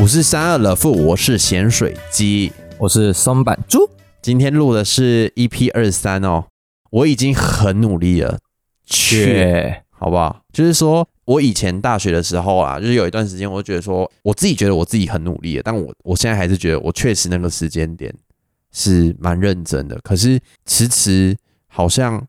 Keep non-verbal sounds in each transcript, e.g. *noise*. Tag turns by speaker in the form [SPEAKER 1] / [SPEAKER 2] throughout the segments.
[SPEAKER 1] 我是三二乐富，我是咸水鸡。
[SPEAKER 2] 我是松板猪，
[SPEAKER 1] 今天录的是 EP 二三哦，我已经很努力了，却
[SPEAKER 2] 却
[SPEAKER 1] 好不好？就是说我以前大学的时候啊，就是有一段时间，我就觉得说我自己觉得我自己很努力了，但我我现在还是觉得我确实那个时间点是蛮认真的，可是迟迟好像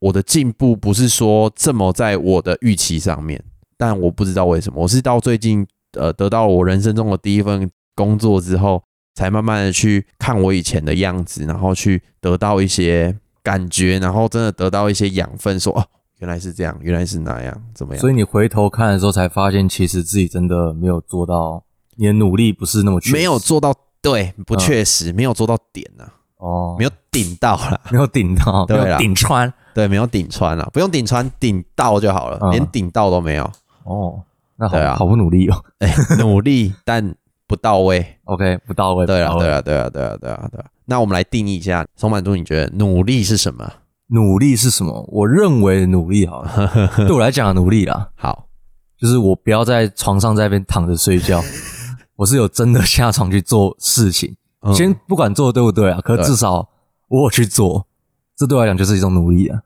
[SPEAKER 1] 我的进步不是说这么在我的预期上面，但我不知道为什么，我是到最近呃得到我人生中的第一份工作之后，才慢慢的去看我以前的样子，然后去得到一些感觉，然后真的得到一些养分，说哦原来是这样，原来是那样，怎么样？
[SPEAKER 2] 所以你回头看的时候才发现，其实自己真的没有做到，你的努力不是那么确实
[SPEAKER 1] 没有做到对，不确实、没有做到点啊呐、
[SPEAKER 2] 哦，
[SPEAKER 1] 没有顶到啦，
[SPEAKER 2] 没有顶到，没
[SPEAKER 1] 对啦啊
[SPEAKER 2] 有
[SPEAKER 1] *laughs*
[SPEAKER 2] 顶穿
[SPEAKER 1] 对，没有顶穿啊啦，不用顶穿，顶到就好了，
[SPEAKER 2] 嗯
[SPEAKER 1] 连顶到都没
[SPEAKER 2] *laughs*
[SPEAKER 1] 有，
[SPEAKER 2] 哦，那好、
[SPEAKER 1] 对啊
[SPEAKER 2] 好不努力哦。 *laughs*
[SPEAKER 1] 哎、努力但不到位，
[SPEAKER 2] OK，不到位，
[SPEAKER 1] 对啊，
[SPEAKER 2] 不到位
[SPEAKER 1] 对啊，对啊，对啊，对啊，对啊。那我们来定义一下，松满珠，你觉得努力是什么？
[SPEAKER 2] 努力是什么？我认为努力
[SPEAKER 1] *laughs*
[SPEAKER 2] 好了，对我来讲努力啦，
[SPEAKER 1] 好，
[SPEAKER 2] 就是我不要在床上在那边躺着
[SPEAKER 1] *laughs*
[SPEAKER 2] 睡觉，我是有真的下床去做事情，
[SPEAKER 1] 嗯
[SPEAKER 2] 先不管做得对不对啊，可
[SPEAKER 1] 对
[SPEAKER 2] 至少我有去做，这对我来讲就是一种努力啊。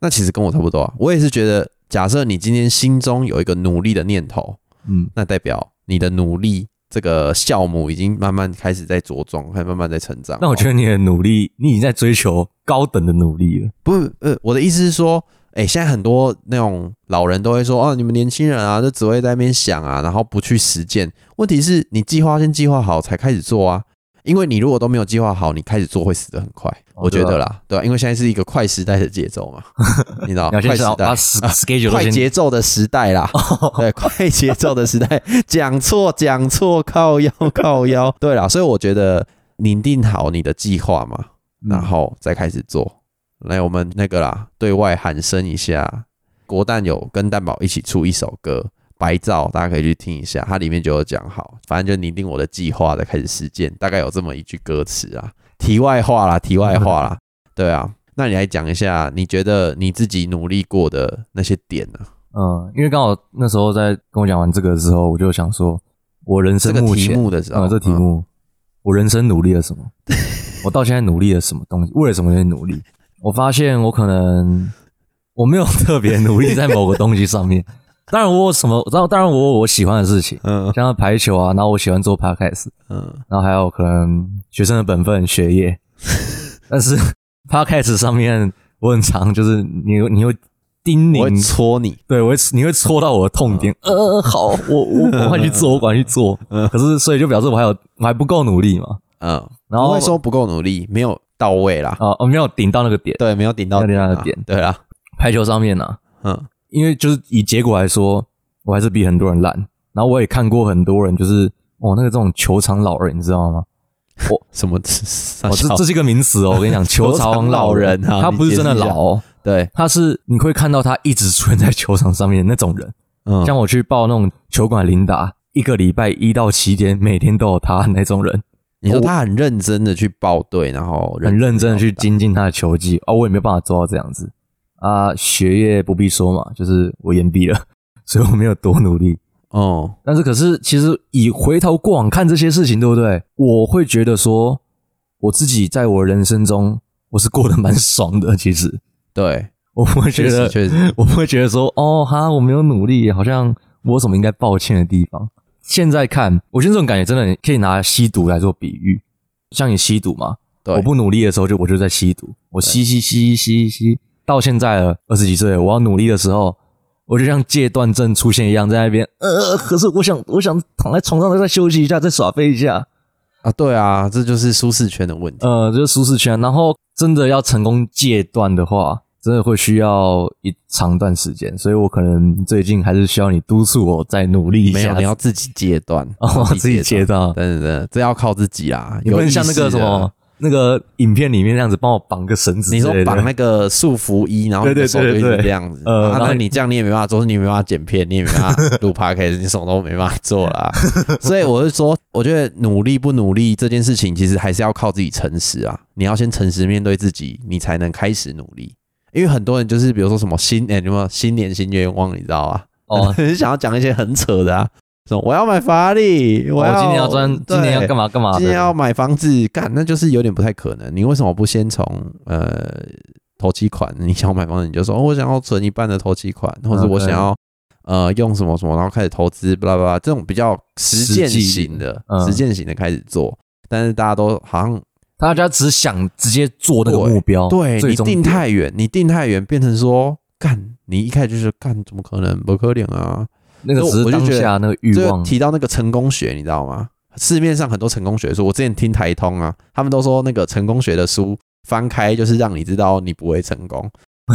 [SPEAKER 1] 那其实跟我差不多啊，我也是觉得，假设你今天心中有一个努力的念头，
[SPEAKER 2] 嗯，
[SPEAKER 1] 那代表你的努力这个酵母已经慢慢开始在茁壮，还慢慢在成长。哦
[SPEAKER 2] 那我觉得你的努力，你已经在追求高等的努力了。
[SPEAKER 1] 不是，呃，我的意思是说，哎、现在很多那种老人都会说，哦，你们年轻人啊，就只会在那边想啊，然后不去实践。问题是你计划先计划好才开始做啊，因为你如果都没有计划好，你开始做会死得很快，
[SPEAKER 2] 哦
[SPEAKER 1] 我觉
[SPEAKER 2] 对啊
[SPEAKER 1] 得啦，对啊，因为现在是一个快时代的节奏
[SPEAKER 2] *laughs*
[SPEAKER 1] 嘛，你知道，
[SPEAKER 2] 你要
[SPEAKER 1] 快
[SPEAKER 2] 先
[SPEAKER 1] 时
[SPEAKER 2] 找把
[SPEAKER 1] 代。 *laughs*
[SPEAKER 2] s- schedule 都
[SPEAKER 1] 快
[SPEAKER 2] 先哦
[SPEAKER 1] 节奏的时代啦，对，快节奏的时代， *laughs* 讲错讲错，靠腰靠腰，对啦，所以我觉得拟定好你的计划嘛，
[SPEAKER 2] 嗯
[SPEAKER 1] 然后再开始做。来，我们那个啦，对外喊声一下，国蛋有跟蛋宝一起出一首歌《白噪》，大家可以去听一下，它里面就有讲好，反正就拟定我的计划，再开始实践，大概有这么一句歌词啊。题外话啦，题外话啦，对啊。那你来讲一下，你觉得你自己努力过的那些点呢、
[SPEAKER 2] 嗯，因为刚好那时候在跟我讲完这个的时候，我就想说，我人
[SPEAKER 1] 这
[SPEAKER 2] 生
[SPEAKER 1] 个
[SPEAKER 2] 目
[SPEAKER 1] 题
[SPEAKER 2] 前
[SPEAKER 1] 目的时候，
[SPEAKER 2] 啊、这题
[SPEAKER 1] 嗯
[SPEAKER 2] 目、我人生努力了
[SPEAKER 1] *laughs*
[SPEAKER 2] 什么？我到现在努力了什么东西？为了什么在努力？我发现我可能我没有特别努力在某个东西上面。当然我有什么，当然当然我有我喜欢的事情，
[SPEAKER 1] 嗯
[SPEAKER 2] 像排球啊，然后我喜欢做 podcast，
[SPEAKER 1] 嗯，
[SPEAKER 2] 然后还有可能学生的本分、学
[SPEAKER 1] *laughs*
[SPEAKER 2] 业。但是 podcast 上面我很常就是你你会叮
[SPEAKER 1] 我会嗯
[SPEAKER 2] 咛，
[SPEAKER 1] 戳你，
[SPEAKER 2] 对我会你会戳到我的痛点。呃，好，我我我快去做，我赶快去做。可是所以就表示我还有我还不够努力嘛。
[SPEAKER 1] 嗯，
[SPEAKER 2] 然后
[SPEAKER 1] 不会说不够努力，没有到位啦，
[SPEAKER 2] 啊、哦，没有顶到那个点。
[SPEAKER 1] 对，没有顶到
[SPEAKER 2] 没有顶到
[SPEAKER 1] 啊
[SPEAKER 2] 那个点
[SPEAKER 1] 对啦，
[SPEAKER 2] 排球上面呢、啊
[SPEAKER 1] 嗯
[SPEAKER 2] 因为就是以结果来说，我还是比很多人烂。然后我也看过很多人，就是哦，那个这种球场老人，你知道吗？，
[SPEAKER 1] 什么？我
[SPEAKER 2] 哦，这这是一个名词哦，我跟
[SPEAKER 1] *laughs*
[SPEAKER 2] 你讲，球场老人
[SPEAKER 1] 球场老人啊
[SPEAKER 2] 他不是真的老、哦，
[SPEAKER 1] 对，
[SPEAKER 2] 他是你会看到他一直出现在球场上面的那种人。
[SPEAKER 1] 嗯，
[SPEAKER 2] 像我去报那种球馆琳达，一个礼拜一到七天，每天都有他那种人，
[SPEAKER 1] 你说他很认真的去报队，然后
[SPEAKER 2] 很认真的
[SPEAKER 1] 地
[SPEAKER 2] 去
[SPEAKER 1] 报
[SPEAKER 2] 精进他的球技。啊，我也没有办法做到这样子啊。学业不必说嘛，就是我延毕了， *laughs* 所以我没有多努力。
[SPEAKER 1] 哦，
[SPEAKER 2] 但是可是，其实以回头过往看这些事情，对不对？我会觉得说，我自己在我人生中，我是过得蛮爽的。其实，
[SPEAKER 1] 对，
[SPEAKER 2] 我不会觉
[SPEAKER 1] 确实
[SPEAKER 2] 得，
[SPEAKER 1] 确实，
[SPEAKER 2] *laughs* 我不会觉得说，哦哈，我没有努力，好像我有什么应该抱歉的地方。现在看，我觉得这种感觉真的可以拿吸毒来做比喻，像你吸毒嘛，
[SPEAKER 1] 对，
[SPEAKER 2] 我不努力的时候就我就在吸毒，我吸吸吸吸吸，到现在了二十几岁了，我要努力的时候，我就像戒断症出现一样，在那边呃，可是我想我想躺在床上再休息一下，再耍废一下，
[SPEAKER 1] 啊，对啊，这就是舒适圈的问题，
[SPEAKER 2] 呃，就是舒适圈。然后真的要成功戒断的话，真的会需要一长段时间，所以我可能最近还是需要你督促我再努力一
[SPEAKER 1] 没
[SPEAKER 2] 下。
[SPEAKER 1] 有，你
[SPEAKER 2] *laughs*
[SPEAKER 1] 要自己戒断，
[SPEAKER 2] 哦自己戒断
[SPEAKER 1] 真的真的，这要靠自己啦，
[SPEAKER 2] 你不能像
[SPEAKER 1] 有
[SPEAKER 2] 那
[SPEAKER 1] 意
[SPEAKER 2] 个
[SPEAKER 1] 识啊
[SPEAKER 2] 什
[SPEAKER 1] 的
[SPEAKER 2] 么。那个影片里面那样子，帮我绑个绳子
[SPEAKER 1] 你
[SPEAKER 2] 之
[SPEAKER 1] 说
[SPEAKER 2] 类的。
[SPEAKER 1] 绑那个束缚衣，然后你的
[SPEAKER 2] 对对
[SPEAKER 1] 手就
[SPEAKER 2] 对
[SPEAKER 1] 一直
[SPEAKER 2] 对
[SPEAKER 1] 这样子，
[SPEAKER 2] 呃
[SPEAKER 1] 啊
[SPEAKER 2] 然后
[SPEAKER 1] 那
[SPEAKER 2] 你
[SPEAKER 1] 你这样你也没办法做，你也没办法剪片，你也没办法
[SPEAKER 2] *laughs*
[SPEAKER 1] 录 podcast，你什么都没办法做啦。所以我是说，我觉得努力不努力这件事情，其实还是要靠自己诚实啊。你要先诚实面对自己，你才能开始努力。因为很多人 *laughs* 就是比如说什么新哎、有没有新年新愿望，你知道吧？
[SPEAKER 2] 哦，
[SPEAKER 1] 很想要讲一些很扯的啊，什么我要买法拉利，
[SPEAKER 2] 我
[SPEAKER 1] 要
[SPEAKER 2] 哦今天要赚，今天要干
[SPEAKER 1] 嘛？
[SPEAKER 2] 嘛干嘛的？
[SPEAKER 1] 今天要买房子，干那就是有点不太可能。你为什么不先从呃头期款？你想要买房子，你就说、哦、我想要存一半的头期款，或者
[SPEAKER 2] 嗯
[SPEAKER 1] 我
[SPEAKER 2] 对
[SPEAKER 1] 想要、呃用什么什么，然后开始投资，巴拉巴拉，这种比较实践
[SPEAKER 2] 实际
[SPEAKER 1] 型的、
[SPEAKER 2] 嗯
[SPEAKER 1] 实践型的开始做。但是大家都好像
[SPEAKER 2] 大家只想直接做那个目标，
[SPEAKER 1] 对
[SPEAKER 2] 哦最
[SPEAKER 1] 你
[SPEAKER 2] 终
[SPEAKER 1] 定
[SPEAKER 2] 点
[SPEAKER 1] 太远，你定太远，变成说干，你一开始就是干，怎么可能不可能啊？
[SPEAKER 2] 那个只是
[SPEAKER 1] 我就
[SPEAKER 2] 当
[SPEAKER 1] 觉得
[SPEAKER 2] 下那个欲
[SPEAKER 1] 这
[SPEAKER 2] 望
[SPEAKER 1] 个，提到那个成功学，你知道吗？市面上很多成功学书，我之前听台通啊，他们都说那个成功学的书翻开就是让你知道你不会成功。 *laughs*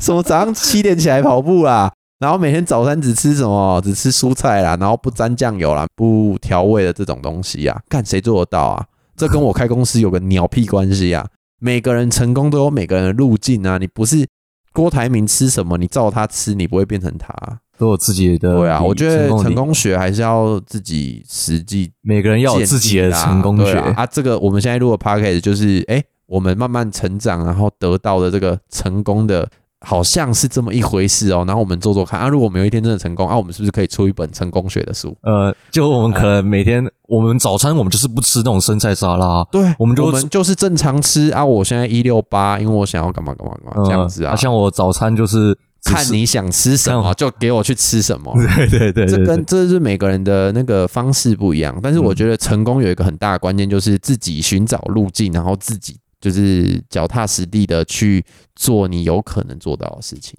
[SPEAKER 1] 什么早上七点起来跑步啦，然后每天早餐只吃什么？只吃蔬菜啦，然后不沾酱油啦，不调味的这种东西啊，看谁做得到啊？这跟我开公司有个鸟屁关系啊！每个人成功都有每个人的路径啊，你不是郭台铭吃什么，你照他吃，你不会变成他啊、
[SPEAKER 2] 都有自己的
[SPEAKER 1] 对啊，
[SPEAKER 2] 理
[SPEAKER 1] 我觉得
[SPEAKER 2] 的理
[SPEAKER 1] 成功学还是要自己实际
[SPEAKER 2] 每个人要有
[SPEAKER 1] 见
[SPEAKER 2] 自己
[SPEAKER 1] 地
[SPEAKER 2] 的
[SPEAKER 1] 啦
[SPEAKER 2] 成功
[SPEAKER 1] 对
[SPEAKER 2] 学，
[SPEAKER 1] 啊。啊这个我们现在录的 p o c a s t 就是，哎、我们慢慢成长，然后得到的这个成功的，好像是这么一回事哦。然后我们做做看啊，如果我们有一天真的成功啊，我们是不是可以出一本成功学的书？
[SPEAKER 2] 呃，就我们可能每天我们早餐我们就是不吃那种生菜沙拉，
[SPEAKER 1] 对，
[SPEAKER 2] 我们就
[SPEAKER 1] 我们就是正常吃啊。我现在一六八，因为我想要干嘛干嘛干嘛、
[SPEAKER 2] 呃
[SPEAKER 1] 这样子啊。
[SPEAKER 2] 像我早餐就是只
[SPEAKER 1] 看
[SPEAKER 2] 吃，
[SPEAKER 1] 你想吃什
[SPEAKER 2] 看
[SPEAKER 1] 么，
[SPEAKER 2] 我
[SPEAKER 1] 就给我去吃什么。
[SPEAKER 2] *laughs* 对对对
[SPEAKER 1] 这
[SPEAKER 2] 对
[SPEAKER 1] 跟
[SPEAKER 2] 对，嗯
[SPEAKER 1] 这是每个人的那个方式不一样，但是我觉得成功有一个很大的关键，就是自己寻找路径，然后自己就是脚踏实地的去做你有可能做到的事情，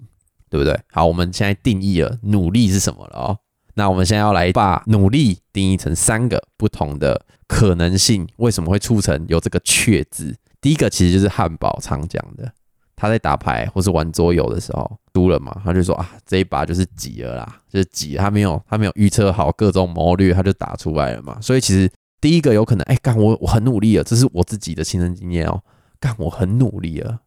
[SPEAKER 1] 对不对？好，我们现在定义了努力是什么了哦。那我们现在要来把努力定义成三个不同的可能性，为什么会促成有这个“确”字？第一个其实就是汉堡常讲的，他在打牌或是玩桌游的时候输了嘛，他就说啊这一把就是急了啦，就是急了，他没有他没有预测好各种谋略，他就打出来了嘛。所以其实第一个有可能，哎、干我我很努力了，这是我自己的亲身经验哦，干我很努力了，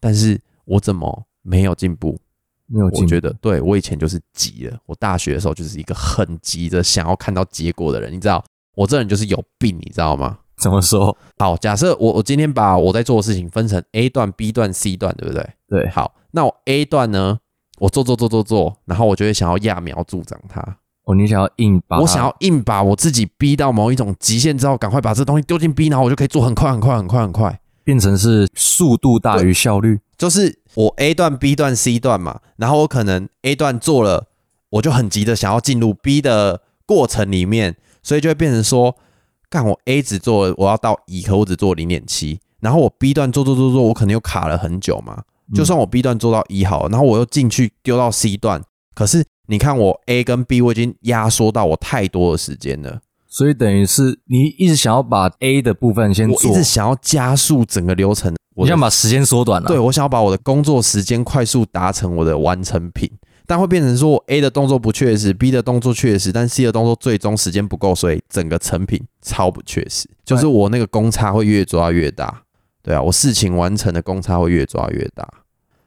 [SPEAKER 1] 但是我怎么没有进步？
[SPEAKER 2] 没有
[SPEAKER 1] 我
[SPEAKER 2] 进步
[SPEAKER 1] 觉得，对我以前就是急了。我大学的时候就是一个很急着想要看到结果的人，你知道，我这人就是有病，你知道吗？
[SPEAKER 2] 怎么说？
[SPEAKER 1] 好，假设我我今天把我在做的事情分成 A 段、B 段、C 段，对不对？
[SPEAKER 2] 对，
[SPEAKER 1] 好，那我 A 段呢，我做做做做做，然后我就会想要揠苗助长它，
[SPEAKER 2] 哦，你想要硬把它
[SPEAKER 1] 我想要硬把我自己逼到某一种极限之后，赶快把这东西丢进 B，然后我就可以做很快、很快、很快、很快。
[SPEAKER 2] 变成是速度大于效率，
[SPEAKER 1] 就是我 A 段、B 段、C 段嘛，然后我可能 A 段做了，我就很急的想要进入 B 的过程里面，所以就会变成说，干我 A 只做了我要到一，可我只做零点七，然后我 B 段做做做做，我可能又卡了很久嘛。
[SPEAKER 2] 嗯
[SPEAKER 1] 就算我 B 段做到一好了，然后我又进去丢到 C 段，可是你看我 A 跟 B 我已经压缩到我太多的时间了，
[SPEAKER 2] 所以等于是你一直想要把 A 的部分先
[SPEAKER 1] 我
[SPEAKER 2] 做
[SPEAKER 1] 一，直想要加速整个流程，我
[SPEAKER 2] 你
[SPEAKER 1] 的
[SPEAKER 2] 想把时间缩短了、
[SPEAKER 1] 对，我想要把我的工作时间快速达成我的完成品，但会变成说我 A 的动作不确实，B 的动作确实，但 C 的动作最终时间不够，所以整个成品超不确实，就是我那个公差会越抓越大。对啊，我事情完成的公差会越抓越大，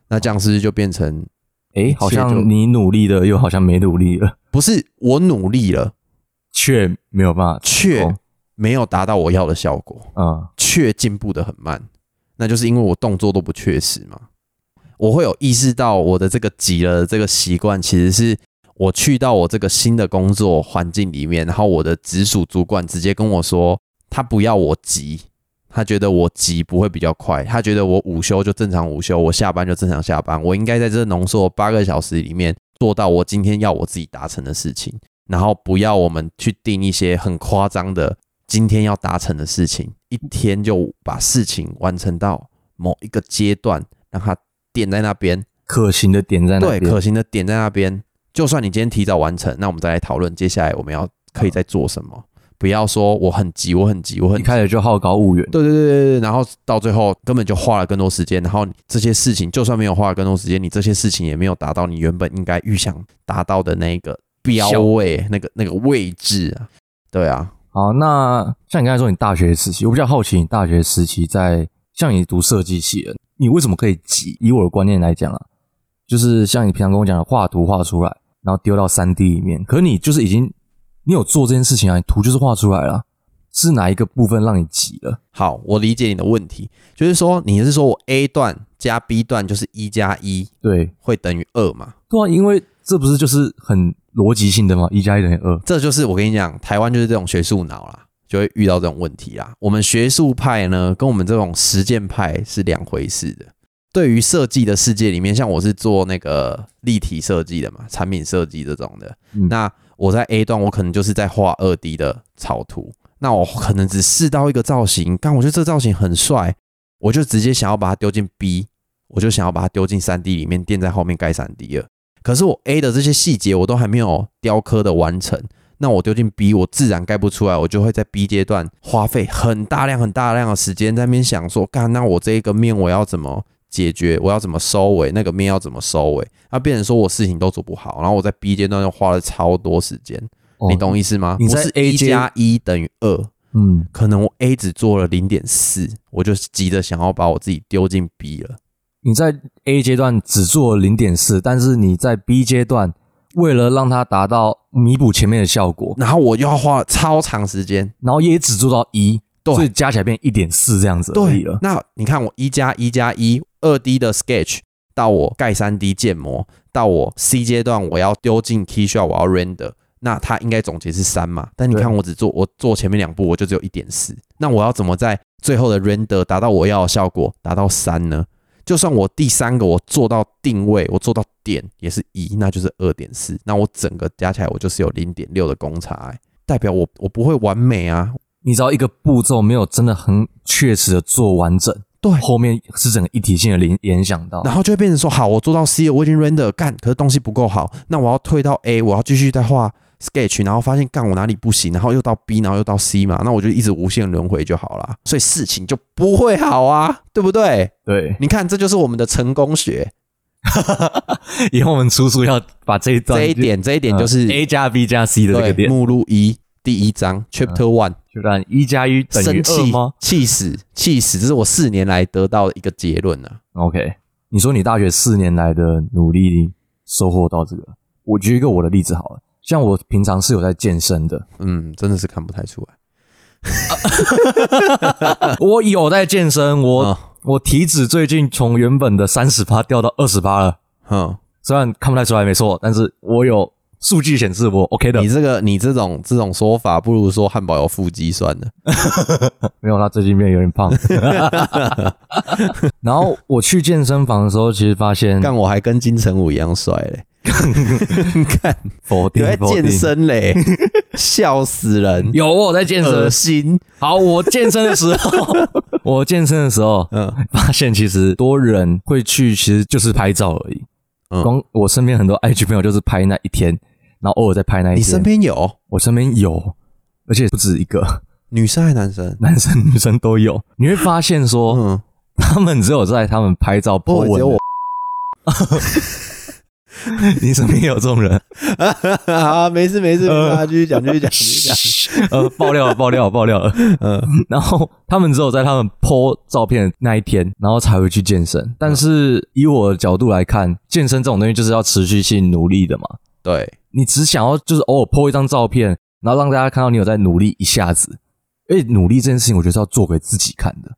[SPEAKER 1] 那这样是不是就变成
[SPEAKER 2] 诶，好
[SPEAKER 1] 一切就
[SPEAKER 2] 像你努力了，又好像没努力了， *laughs*
[SPEAKER 1] 不是我努力了，
[SPEAKER 2] 却没有办法，
[SPEAKER 1] 却
[SPEAKER 2] 哦
[SPEAKER 1] 没有达到我要的效果？
[SPEAKER 2] 嗯，
[SPEAKER 1] 却进步的很慢，那就是因为我动作都不确实嘛。我会有意识到我的这个急了的这个习惯，其实是我去到我这个新的工作环境里面，然后我的直属主管直接跟我说，他不要我急，他觉得我急不会比较快，他觉得我午休就正常午休，我下班就正常下班，我应该在这浓缩八个小时里面做到我今天要我自己达成的事情，然后不要我们去定一些很夸张的今天要达成的事情，一天就把事情完成到某一个阶段，让它点在那边，
[SPEAKER 2] 可行的点在哪
[SPEAKER 1] 对，
[SPEAKER 2] 边？
[SPEAKER 1] 可行的点在那边。就算你今天提早完成，那我们再来讨论接下来我们要可以再做什么。
[SPEAKER 2] 嗯
[SPEAKER 1] 不要说我很急，我很急，我很
[SPEAKER 2] 一
[SPEAKER 1] 急
[SPEAKER 2] 开始就好高骛远，
[SPEAKER 1] 对对对对对，然后到最后根本就花了更多时间，然后这些事情就算没有花了更多时间，你这些事情也没有达到你原本应该预想达到的那一个标位、那个那个位置啊。对啊，
[SPEAKER 2] 好，那像你刚才说你大学时期，我比较好奇你大学时期在像你读设计系的，你为什么可以急？以我的观念来讲啊，就是像你平常跟我讲的，画图画出来，然后丢到三 D 里面，可是你就是已经你有做这件事情啊，你图就是画出来了，是哪一个部分让你急了？
[SPEAKER 1] 好，我理解你的问题，就是说你是说我 A 段加 B 段就是一加一
[SPEAKER 2] 对，
[SPEAKER 1] 会等于二嘛？
[SPEAKER 2] 对啊，因为这不是就是很逻辑性的嘛，一加一等于二。
[SPEAKER 1] 这就是我跟你讲，台湾就是这种学术脑啦，就会遇到这种问题啦。我们学术派呢，跟我们这种实践派是两回事的。对于设计的世界里面，像我是做那个立体设计的嘛，产品设计这种的，
[SPEAKER 2] 嗯
[SPEAKER 1] 那我在 A 段我可能就是在画二 D 的草图，那我可能只试到一个造型，但我觉得这造型很帅，我就直接想要把它丢进 B，我就想要把它丢进三 D 里面，垫在后面盖三 D 了。可是我 A 的这些细节我都还没有雕刻的完成，那我丢进 B，我自然盖不出来，我就会在 B 阶段花费很大量、很大量的时间在那边想说，干，那我这一个面我要怎么解决？我要怎么收尾？那个面要怎么收尾？那变成说我事情都做不好，然后我在 B 阶段又花了超多时间，
[SPEAKER 2] 哦
[SPEAKER 1] 你？懂意思吗？
[SPEAKER 2] 你在
[SPEAKER 1] 我是
[SPEAKER 2] A
[SPEAKER 1] 一
[SPEAKER 2] 阶
[SPEAKER 1] 加一等于二，
[SPEAKER 2] 嗯，
[SPEAKER 1] 可能我 A 只做了零点四，我就急着想要把我自己丢进 B 了。
[SPEAKER 2] 你在 A 阶段只做零点四，但是你在 B 阶段为了让它达到弥补前面的效果，
[SPEAKER 1] 然后我又要花了超长时间。
[SPEAKER 2] 然后也只做到一，
[SPEAKER 1] 对
[SPEAKER 2] 所以加起来变一点四这样子而已了。
[SPEAKER 1] 那你看我一加一加一二 D 的 Sketch 到我盖三 D 建模，到我 C 阶段我要丢进 Keyshot 我要 render，那它应该总结是三嘛？但你
[SPEAKER 2] 对
[SPEAKER 1] 看我只做我做前面两步，我就只有一点四，那我要怎么在最后的 render 达到我要的效果，达到三呢？就算我第三个我做到定位，我做到点也是一，那就是二点四，那我整个加起来我就是有零点六的公差、欸代表我我不会完美啊，
[SPEAKER 2] 你只要一个步骤没有真的很确实的做完整，
[SPEAKER 1] 对
[SPEAKER 2] 后面是整个一体性的联联想到。
[SPEAKER 1] 然后就会变成说，好，我做到 C，了我已经 render 干，可是东西不够好，那我要退到 A，我要继续再画 sketch，然后发现干我哪里不行，然后又到 B，然后又到 C 嘛，那我就一直无限轮回就好啦，所以事情就不会好啊，对不对？
[SPEAKER 2] 对，
[SPEAKER 1] 你看，这就是我们的成功学，
[SPEAKER 2] 以后我们叔叔要把这一段
[SPEAKER 1] 这一点，这一点就是、
[SPEAKER 2] 啊嗯 A 加 B 加 C 的这个
[SPEAKER 1] 对
[SPEAKER 2] 点，
[SPEAKER 1] 目录一第一章 Chapter One，、
[SPEAKER 2] 就让一加一等于
[SPEAKER 1] 生
[SPEAKER 2] 二
[SPEAKER 1] 气
[SPEAKER 2] 吗，
[SPEAKER 1] 气死，气死，这是我四年来得到的一个结论啊。
[SPEAKER 2] ？OK，你说你大学四年来的努力收获到这个，我举一个我的例子好了，像我平常是有在健身的，
[SPEAKER 1] 嗯，真的是看不太出来。
[SPEAKER 2] 我有在健身，我、
[SPEAKER 1] 嗯
[SPEAKER 2] 我体脂最近从原本的三十八掉到二十八了，
[SPEAKER 1] 哼，
[SPEAKER 2] 虽然看不太出来没错，但是我有数据显示我 OK 的
[SPEAKER 1] 你。这个你这种这种说法，不如说汉堡有腹肌算了。
[SPEAKER 2] 没有，他最近变得有点
[SPEAKER 1] *laughs*
[SPEAKER 2] 胖。然后我去健身房的时候，其实发现
[SPEAKER 1] 干我还跟金城武一样帅嘞， *laughs* 看
[SPEAKER 2] 否
[SPEAKER 1] 有
[SPEAKER 2] 定
[SPEAKER 1] 在
[SPEAKER 2] 否定
[SPEAKER 1] 健身嘞，笑死人，
[SPEAKER 2] 有我有在健
[SPEAKER 1] 恶
[SPEAKER 2] 身。
[SPEAKER 1] 心。
[SPEAKER 2] 好，我健身的时
[SPEAKER 1] *laughs*
[SPEAKER 2] 候，我健身的时候
[SPEAKER 1] 嗯，
[SPEAKER 2] 发现，其实多人会去，其实就是拍照而已。
[SPEAKER 1] 嗯
[SPEAKER 2] 光我身边很多 IG 朋友就是拍那一天，然后偶尔再拍那一
[SPEAKER 1] 你身
[SPEAKER 2] 天。
[SPEAKER 1] 边有
[SPEAKER 2] 我身边有，而且不止一个， *laughs*
[SPEAKER 1] 女生还男生？
[SPEAKER 2] 男生女生都有。你会发现说，
[SPEAKER 1] 嗯，
[SPEAKER 2] 他们只有在他们拍照
[SPEAKER 1] 不，
[SPEAKER 2] po
[SPEAKER 1] 我
[SPEAKER 2] 文
[SPEAKER 1] 只有我。
[SPEAKER 2] *laughs* 你身边有这种人？
[SPEAKER 1] 嗯 *laughs* 好，没事没事，
[SPEAKER 2] 呃
[SPEAKER 1] 没事继续讲继续讲继续讲。
[SPEAKER 2] 呃，爆料了，爆料了，爆料了。
[SPEAKER 1] 嗯
[SPEAKER 2] 然后他们只有在他们 PO 照片的那一天，然后才会去健身。但是以我的角度来看，健身这种东西就是要持续性努力的嘛。
[SPEAKER 1] 对，
[SPEAKER 2] 你只想要就是偶尔 PO 一张照片，然后让大家看到你有在努力一下子。因为努力这件事情，我觉得是要做给自己看的。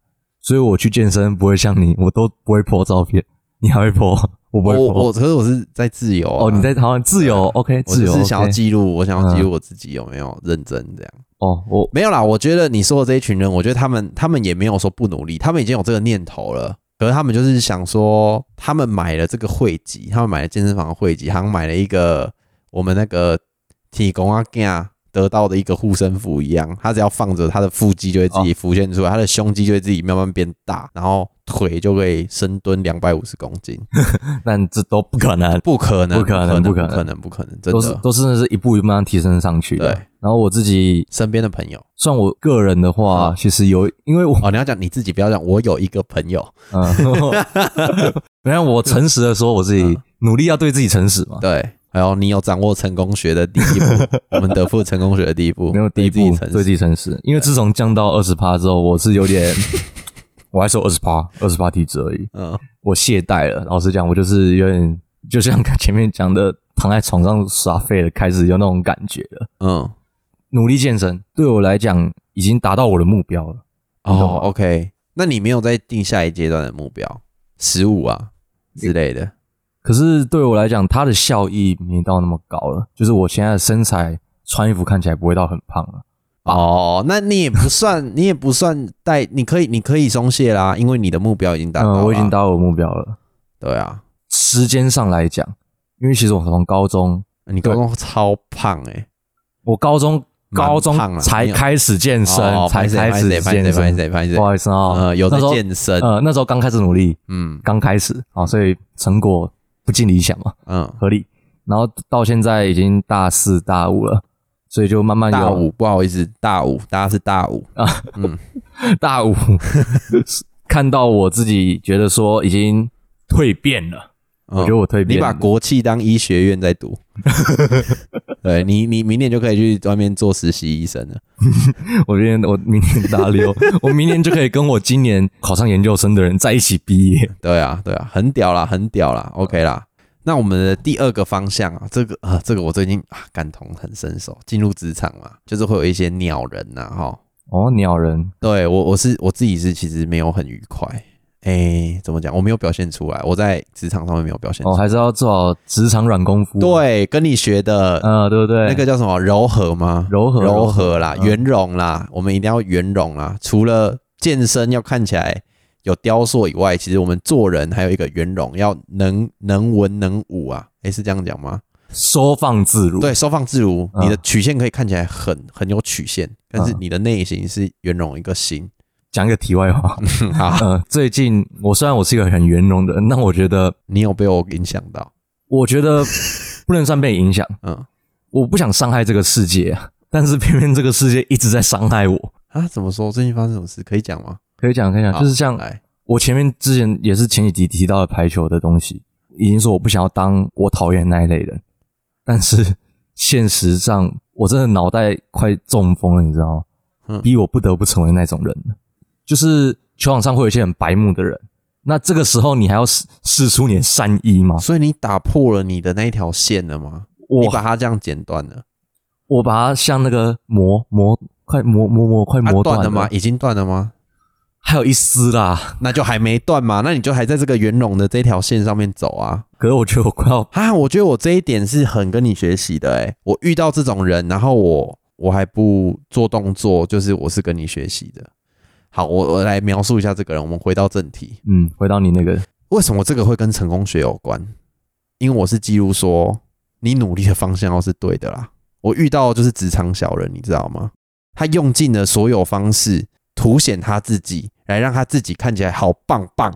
[SPEAKER 2] 所以我去健身不会像你，我都不会 PO 照片，你还会 PO，我不
[SPEAKER 1] 我
[SPEAKER 2] 会 PO。
[SPEAKER 1] 我可是我是在自由啊
[SPEAKER 2] 哦，你在台湾自由，OK，
[SPEAKER 1] 我
[SPEAKER 2] 自
[SPEAKER 1] 只
[SPEAKER 2] 由
[SPEAKER 1] 是想要
[SPEAKER 2] OK。
[SPEAKER 1] 记录，我想要记录我自己有没有认真这样。
[SPEAKER 2] 哦，我
[SPEAKER 1] 没有啦，我觉得你说的这一群人，我觉得他们他们也没有说不努力，他们已经有这个念头了。可是他们就是想说，他们买了这个会籍，他们买了健身房的会籍，好像买了一个我们那个呃体工阿健啊得到的一个护身符一样，他只要放着，他的腹肌就会自己浮现出来，他的胸肌就会自己慢慢变大，然后腿就会深蹲两百五十公斤，
[SPEAKER 2] 但这都不
[SPEAKER 1] *laughs*
[SPEAKER 2] 可能，
[SPEAKER 1] 不可能，
[SPEAKER 2] 不可能
[SPEAKER 1] 不
[SPEAKER 2] 不可能
[SPEAKER 1] 不可能，不可能，真
[SPEAKER 2] 都是
[SPEAKER 1] 的。
[SPEAKER 2] 都是是一步一步慢慢提升上去的。
[SPEAKER 1] 对
[SPEAKER 2] 然后我自己
[SPEAKER 1] 身边的朋友
[SPEAKER 2] 算我个人的话，其实有，因为我，
[SPEAKER 1] 哦，你要讲你自己，不要讲我有一个朋友， *laughs*
[SPEAKER 2] 嗯，没有，我诚实的说，我自
[SPEAKER 1] 嗯
[SPEAKER 2] 己努力要对自己诚实嘛，
[SPEAKER 1] 对，还有你有掌握成功学的第一
[SPEAKER 2] *laughs*
[SPEAKER 1] 步，我们得富成功学的第一步，
[SPEAKER 2] 没有第一步
[SPEAKER 1] 对自己诚
[SPEAKER 2] 对自
[SPEAKER 1] 实
[SPEAKER 2] 己诚实，因为自从降到二十趴之后，我是有
[SPEAKER 1] *laughs*
[SPEAKER 2] 点，我还说二十趴，二十趴体质而已，
[SPEAKER 1] 嗯，
[SPEAKER 2] 我懈怠了。老实讲，我就是有点，就像前面讲的，躺在床上耍废了，开始有那种感觉了。
[SPEAKER 1] 嗯，
[SPEAKER 2] 努力健身对我来讲，已经达到我的目标了。你懂
[SPEAKER 1] 哦
[SPEAKER 2] 吗
[SPEAKER 1] 啊，OK，那你没有在定下一阶段的目标，十五啊之类的，
[SPEAKER 2] 可是对我来讲，它的效益没到那么高了。就是我现在的身材，穿衣服看起来不会到很胖了。
[SPEAKER 1] 哦，那你也不算， *laughs* 你也不算带，你可以，你可以松懈啦，因为你的目标已经达到了、啊
[SPEAKER 2] 嗯，我已经达到我的目标了。
[SPEAKER 1] 对啊，
[SPEAKER 2] 时间上来讲，因为其实我从高中，
[SPEAKER 1] 你高中超胖哎、
[SPEAKER 2] 我高中
[SPEAKER 1] 蛮
[SPEAKER 2] 高中
[SPEAKER 1] 胖了
[SPEAKER 2] 才
[SPEAKER 1] 你有
[SPEAKER 2] 开始健身，
[SPEAKER 1] 哦
[SPEAKER 2] 才开始
[SPEAKER 1] 拍谁
[SPEAKER 2] 健
[SPEAKER 1] 拍
[SPEAKER 2] 身。
[SPEAKER 1] 谁拍谁
[SPEAKER 2] 不，好意思啊、
[SPEAKER 1] 呃，有在
[SPEAKER 2] 那时候
[SPEAKER 1] 健身，
[SPEAKER 2] 呃，那时候刚开始努力，
[SPEAKER 1] 嗯
[SPEAKER 2] 刚开始啊、所以成果不尽理想嘛，
[SPEAKER 1] 嗯，
[SPEAKER 2] 合理。然后到现在已经大四大五了，所以就慢慢有
[SPEAKER 1] 大五，不好意思，大五，大家是大五，
[SPEAKER 2] *laughs* 大五看到我自己觉得说已经蜕变了，
[SPEAKER 1] 嗯
[SPEAKER 2] 我觉得我蜕变了。
[SPEAKER 1] 你把国企当医学院在
[SPEAKER 2] *laughs*
[SPEAKER 1] 读，对你，你明年就可以去外面做实习医生了。
[SPEAKER 2] 我明年我明年大六， *laughs* 我明年就可以跟我今年考上研究生的人在一起毕业。
[SPEAKER 1] 对啊，对啊，很屌啦，很屌啦，OK 啦。那我们的第二个方向啊，这个啊、这个我最近啊感同很深受，进入职场嘛，就是会有一些鸟人呐、哈，
[SPEAKER 2] 哦，鸟人
[SPEAKER 1] 对我，我是我自己是其实没有很愉快，哎、怎么讲？我没有表现出来，我在职场上面没有表现出
[SPEAKER 2] 哦，
[SPEAKER 1] 来。
[SPEAKER 2] 还是要做好职场软功夫。，
[SPEAKER 1] 对，跟你学的、
[SPEAKER 2] 呃，对不对？
[SPEAKER 1] 那个叫什么柔和吗？
[SPEAKER 2] 柔和
[SPEAKER 1] 柔和啦，
[SPEAKER 2] 嗯
[SPEAKER 1] 圆融啦，我们一定要圆融啦。除了健身要看起来有雕塑以外，其实我们做人还有一个圆融，要能能文能武啊。诶，是这样讲吗？
[SPEAKER 2] 收放自如。
[SPEAKER 1] 对，收放自如，
[SPEAKER 2] 嗯
[SPEAKER 1] 你的曲线可以看起来很很有曲线，但是
[SPEAKER 2] 嗯
[SPEAKER 1] 你的内心是圆融一个心。
[SPEAKER 2] 讲一个题
[SPEAKER 1] *laughs*
[SPEAKER 2] 外话，
[SPEAKER 1] 嗯好，
[SPEAKER 2] 呃，最近我虽然我是一个很圆融的人，但我觉得，
[SPEAKER 1] 你有被我影响到？
[SPEAKER 2] 我
[SPEAKER 1] *laughs*
[SPEAKER 2] 觉得不能算被影响。
[SPEAKER 1] 嗯
[SPEAKER 2] 我不想伤害这个世界啊，但是偏偏这个世界一直在伤害我。
[SPEAKER 1] 啊，怎么说？最近发生什么事可以讲吗？
[SPEAKER 2] 可以讲，可以讲，
[SPEAKER 1] 好
[SPEAKER 2] 就是像
[SPEAKER 1] 来，
[SPEAKER 2] 我前面之前也是前几集提到的排球的东西，已经说我不想要当我讨厌的那一类人，但是现实上我真的脑袋快中风了，你知道吗？
[SPEAKER 1] 嗯
[SPEAKER 2] 逼我不得不成为那种人了，就是球场上会有一些很白目的人，那这个时候你还要试试出你的善意吗？
[SPEAKER 1] 所以你打破了你的那一条线了吗？你把
[SPEAKER 2] 我
[SPEAKER 1] 它这样剪断了，
[SPEAKER 2] 我把它像那个磨磨，快磨磨磨，快
[SPEAKER 1] 啊
[SPEAKER 2] 磨断
[SPEAKER 1] 断了吗？？已经断了吗？
[SPEAKER 2] 还有一丝啦，
[SPEAKER 1] 那就还没断嘛，那你就还在这个圆融的这条线上面走啊
[SPEAKER 2] 可是我觉得我快要
[SPEAKER 1] 啊！我觉得我这一点是很跟你学习的诶、欸我遇到这种人，然后我我还不做动作，就是我是跟你学习的。好，我我来描述一下这个人。我们回到正题，
[SPEAKER 2] 嗯，回到你那个
[SPEAKER 1] 为什么这个会跟成功学有关？因为我是记录说，你努力的方向要是对的啦。我遇到的就是职场小人，你知道吗？他用尽了所有方式凸显他自己，来让他自己看起来好棒棒。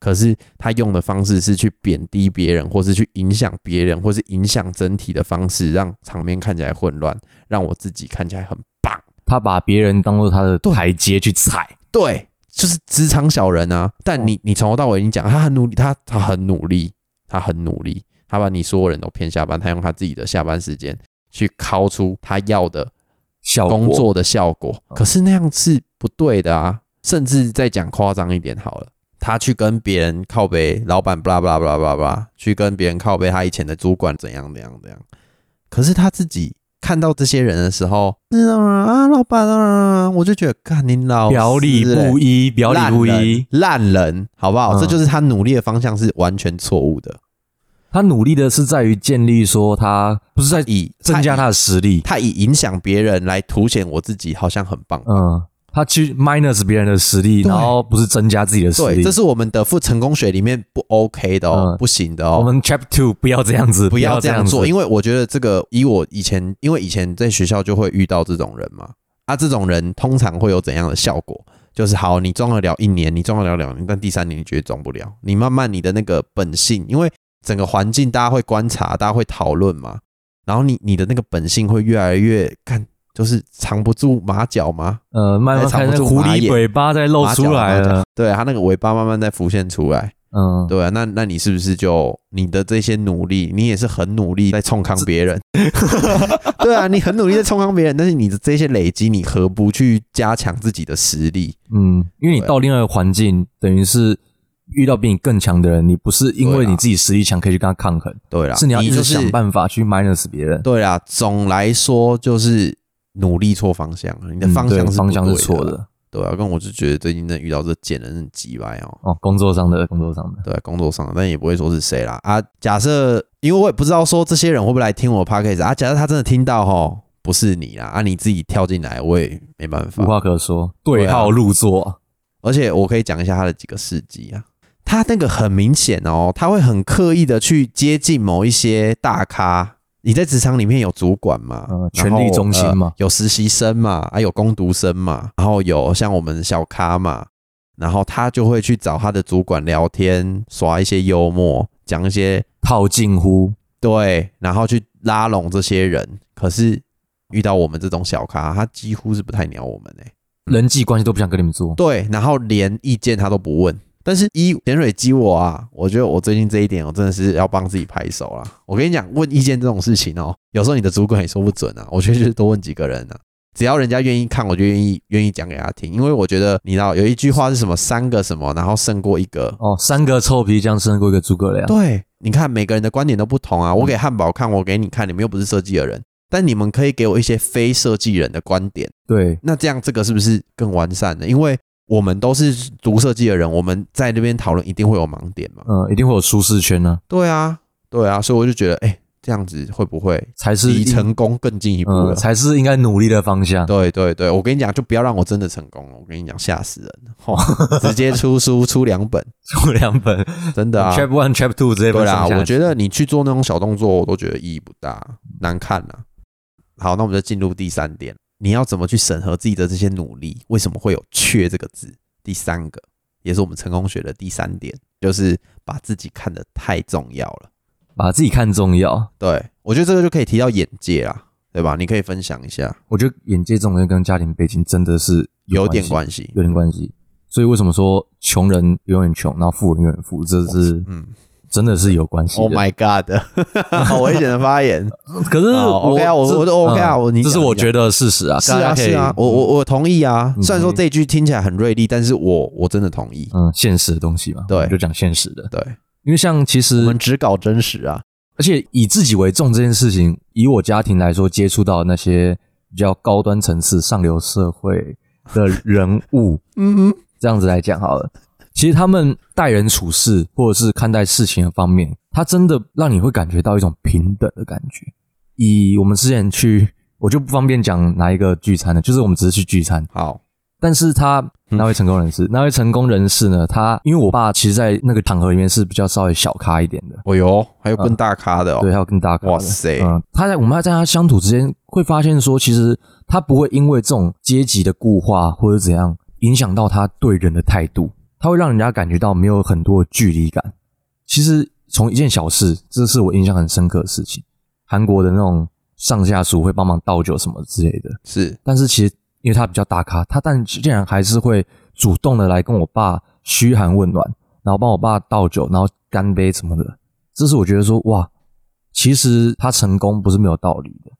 [SPEAKER 1] 可是他用的方式是去贬低别人，或是去影响别人，或是影响整体的方式，让场面看起来混乱，让我自己看起来很棒。
[SPEAKER 2] 他把别人当做他的台阶去踩。
[SPEAKER 1] 对，就是职场小人啊。但
[SPEAKER 2] 嗯
[SPEAKER 1] 你你从头到尾已经讲，他很努力，他他很努力，他很努力，他把你所有人都骗下班，他用他自己的下班时间去敲出他要的
[SPEAKER 2] 效果嗯
[SPEAKER 1] 工作的效果。可是那样是不对的啊。甚至再讲夸张一点好了，他去跟别人靠背，老板巴拉巴拉巴拉巴拉巴拉，去跟别人靠背他以前的主管怎样怎样怎样。可是他自己看到这些人的时候，是啊啊，老板啊，我就觉得干你老
[SPEAKER 2] 表里
[SPEAKER 1] 师欸
[SPEAKER 2] 不一，表里不一。
[SPEAKER 1] 烂人，烂人，好不好？
[SPEAKER 2] 嗯
[SPEAKER 1] 这就是他努力的方向是完全错误的。
[SPEAKER 2] 他努力的是在于建立说他不是在
[SPEAKER 1] 以
[SPEAKER 2] 增加他的实力，
[SPEAKER 1] 他以影响别人来凸显我自己好像很棒，
[SPEAKER 2] 嗯，他去 minus 别人的实力，
[SPEAKER 1] 对
[SPEAKER 2] 然后不是增加自己的实
[SPEAKER 1] 对，
[SPEAKER 2] 力
[SPEAKER 1] 这。是我们的副成功学里面不 OK 的哦，
[SPEAKER 2] 嗯
[SPEAKER 1] 不行的
[SPEAKER 2] 我
[SPEAKER 1] 哦。
[SPEAKER 2] 们 Chapter Two 不要这样子，
[SPEAKER 1] 不
[SPEAKER 2] 不
[SPEAKER 1] 要这
[SPEAKER 2] 这
[SPEAKER 1] 样
[SPEAKER 2] 样
[SPEAKER 1] 做，
[SPEAKER 2] 子
[SPEAKER 1] 因为我觉得这个以我以前，因为以前在学校就会遇到这种人嘛，啊，这种人通常会有怎样的效果？就是好，你装得了一年，你装得了两年，但第三年你绝对装不了。你慢慢你的那个本性，因为整个环境大家会观察，大家会讨论嘛，然后你你的那个本性会越来越看，就是藏不住马脚吗？
[SPEAKER 2] 呃，慢慢看
[SPEAKER 1] 哎还藏不
[SPEAKER 2] 那
[SPEAKER 1] 住
[SPEAKER 2] 狐
[SPEAKER 1] 马眼
[SPEAKER 2] 狸尾巴在露
[SPEAKER 1] 马脚
[SPEAKER 2] 出
[SPEAKER 1] 马
[SPEAKER 2] 来了
[SPEAKER 1] 脚，对，它那个尾巴慢慢在浮现出来。
[SPEAKER 2] 嗯，
[SPEAKER 1] 对啊，那那你是不是就你的这些努力，你也是很努力在冲康别人？ *laughs* 对啊，你很努力在冲康别人，但是你的这些累积，你何不去加强自己的实力？
[SPEAKER 2] 嗯，因为你到另外一个环境，等于是遇到比你更强的人，你不是因
[SPEAKER 1] 对
[SPEAKER 2] 为
[SPEAKER 1] 啦
[SPEAKER 2] 你自己实力强可以去跟他抗衡，
[SPEAKER 1] 对啦，
[SPEAKER 2] 是你要一
[SPEAKER 1] 就
[SPEAKER 2] 直
[SPEAKER 1] 是
[SPEAKER 2] 想办法去 minus 别人。
[SPEAKER 1] 对啦，总来说就是努力错方向了，你的
[SPEAKER 2] 嗯
[SPEAKER 1] 方
[SPEAKER 2] 对
[SPEAKER 1] 向是不
[SPEAKER 2] 方向是
[SPEAKER 1] 对
[SPEAKER 2] 错
[SPEAKER 1] 的啦。
[SPEAKER 2] 的，
[SPEAKER 1] 对啊，跟我就觉得最近真的遇到这贱人很鸡掰哦。
[SPEAKER 2] 哦，工作上的，工作上的，
[SPEAKER 1] 对，工作上的，但也不会说是谁啦。啊，假设因为我也不知道说这些人会不会来听我 podcast 啊，假设他真的听到吼，不是你啦，啊，你自己跳进来，我也没办
[SPEAKER 2] 无
[SPEAKER 1] 法。
[SPEAKER 2] 话可说，
[SPEAKER 1] 对啊
[SPEAKER 2] 对号入座。
[SPEAKER 1] 而且我可以讲一下他的几个事迹啊。他那个很明显哦，他会很刻意的去接近某一些大咖。你在职场里面有主管嘛，
[SPEAKER 2] 嗯
[SPEAKER 1] 然后
[SPEAKER 2] 权力中心嘛
[SPEAKER 1] 呃有实习生嘛，啊，有工读生嘛，然后有像我们小咖嘛，然后他就会去找他的主管聊天，耍一些幽默，讲一些
[SPEAKER 2] 套近乎，
[SPEAKER 1] 对，然后去拉拢这些人。可是遇到我们这种小咖，他几乎是不太鸟我们哎、
[SPEAKER 2] 人际关系都不想跟你们做。
[SPEAKER 1] 对，然后连意见他都不问。但是一潜水机我啊，我觉得我最近这一点，我哦真的是要帮自己拍手啦。我跟你讲，问意见这种事情哦，有时候你的主管也说不准啊。我觉得就是多问几个人啊，只要人家愿意看，我就愿意愿意讲给他听，因为我觉得你知道有一句话是什么，三个什么，然后胜过一个。
[SPEAKER 2] 哦，三个臭皮匠胜过一个诸葛亮。
[SPEAKER 1] 对，你看每个人的观点都不同
[SPEAKER 2] 嗯
[SPEAKER 1] 啊。我给汉堡看，我给你看，你们又不是设计的人，但你们可以给我一些非设计人的观点。
[SPEAKER 2] 对，
[SPEAKER 1] 那这样这个是不是更完善呢？因为我们都是读设计的人，我们在那边讨论一定会有盲点嘛。
[SPEAKER 2] 嗯，一定会有舒适圈呢、
[SPEAKER 1] 对啊，对啊，所以我就觉得，哎、这样子会不会
[SPEAKER 2] 才是
[SPEAKER 1] 离
[SPEAKER 2] 应
[SPEAKER 1] 成功更进一步
[SPEAKER 2] 嗯，
[SPEAKER 1] 了？
[SPEAKER 2] 才是应该努力的方向。
[SPEAKER 1] 对对对，我跟你讲，就不要让我真的成功了。我跟你讲，吓死人了！
[SPEAKER 2] *laughs*
[SPEAKER 1] 吼直接出书出两本，
[SPEAKER 2] 出两本，
[SPEAKER 1] 真的啊。
[SPEAKER 2] Chap One、Chap Two 这些
[SPEAKER 1] 对
[SPEAKER 2] 本
[SPEAKER 1] 啦，
[SPEAKER 2] 上下
[SPEAKER 1] 我觉得你去做那种小动作，我都觉得意义不大，难看啦。好，那我们就进入第三点，你要怎么去审核自己的这些努力？为什么会有“缺”这个字？第三个，也是我们成功学的第三点，就是把自己看得太重要了。
[SPEAKER 2] 把自己看重要。
[SPEAKER 1] 对我觉得这个就可以提到眼界啦，对吧？你可以分享一下，
[SPEAKER 2] 我觉得眼界这种东西跟家庭背景真的是
[SPEAKER 1] 有
[SPEAKER 2] 系
[SPEAKER 1] 点关系。
[SPEAKER 2] 有点关系。所以为什么说穷人永远穷，然后富人永远富，这是
[SPEAKER 1] 嗯
[SPEAKER 2] 真的是有关系的。
[SPEAKER 1] ，Oh my God，好
[SPEAKER 2] *laughs*
[SPEAKER 1] 危险的发言。
[SPEAKER 2] 可是
[SPEAKER 1] 好
[SPEAKER 2] 我
[SPEAKER 1] ，OK 啊我
[SPEAKER 2] 这
[SPEAKER 1] 我都 OK 啊
[SPEAKER 2] 嗯
[SPEAKER 1] 我你
[SPEAKER 2] 这是
[SPEAKER 1] 讲
[SPEAKER 2] 我
[SPEAKER 1] 你讲
[SPEAKER 2] 觉得事实啊。
[SPEAKER 1] 是
[SPEAKER 2] 大
[SPEAKER 1] 啊，
[SPEAKER 2] 家可以
[SPEAKER 1] 是啊，我我我同意啊。
[SPEAKER 2] 嗯
[SPEAKER 1] 虽然说这一句听起来很锐利，但是我我真的同意。
[SPEAKER 2] 嗯现实的东西嘛，
[SPEAKER 1] 对
[SPEAKER 2] 我们就讲现实的。
[SPEAKER 1] 对，
[SPEAKER 2] 因为像其
[SPEAKER 1] 我
[SPEAKER 2] 实
[SPEAKER 1] 们只搞真实啊。
[SPEAKER 2] 而且以自己为重这件事情，以我家庭来说，接触到那些比较高端层次、上流社会的人物，
[SPEAKER 1] *laughs* 嗯嗯，
[SPEAKER 2] 这样子来讲好了。其实他们待人处事，或者是看待事情的方面，他真的让你会感觉到一种平等的感觉。以我们之前去，我就不方便讲哪一个聚餐了，就是我们只是去聚餐，
[SPEAKER 1] 好，
[SPEAKER 2] 但是他
[SPEAKER 1] 嗯
[SPEAKER 2] 那位成功人士，那位成功人士呢，他因为我爸其实，在那个场合里面是比较稍微小咖一点的，
[SPEAKER 1] 哦哟，还有更大咖的哦。
[SPEAKER 2] 对，还有更大咖的。
[SPEAKER 1] 哇塞，
[SPEAKER 2] 嗯，他在我们在他相处之间，会发现说，其实他不会因为这种阶级的固化或者怎样影响到他对人的态度，他会让人家感觉到没有很多的距离感。其实从一件小事，这是我印象很深刻的事情。韩国的那种上下属会帮忙倒酒什么之类的，
[SPEAKER 1] 是
[SPEAKER 2] 但是其实因为他比较大咖，他但竟然还是会主动的来跟我爸嘘寒问暖，然后帮我爸倒酒，然后干杯什么的。这是我觉得说哇，其实他成功不是没有道理的，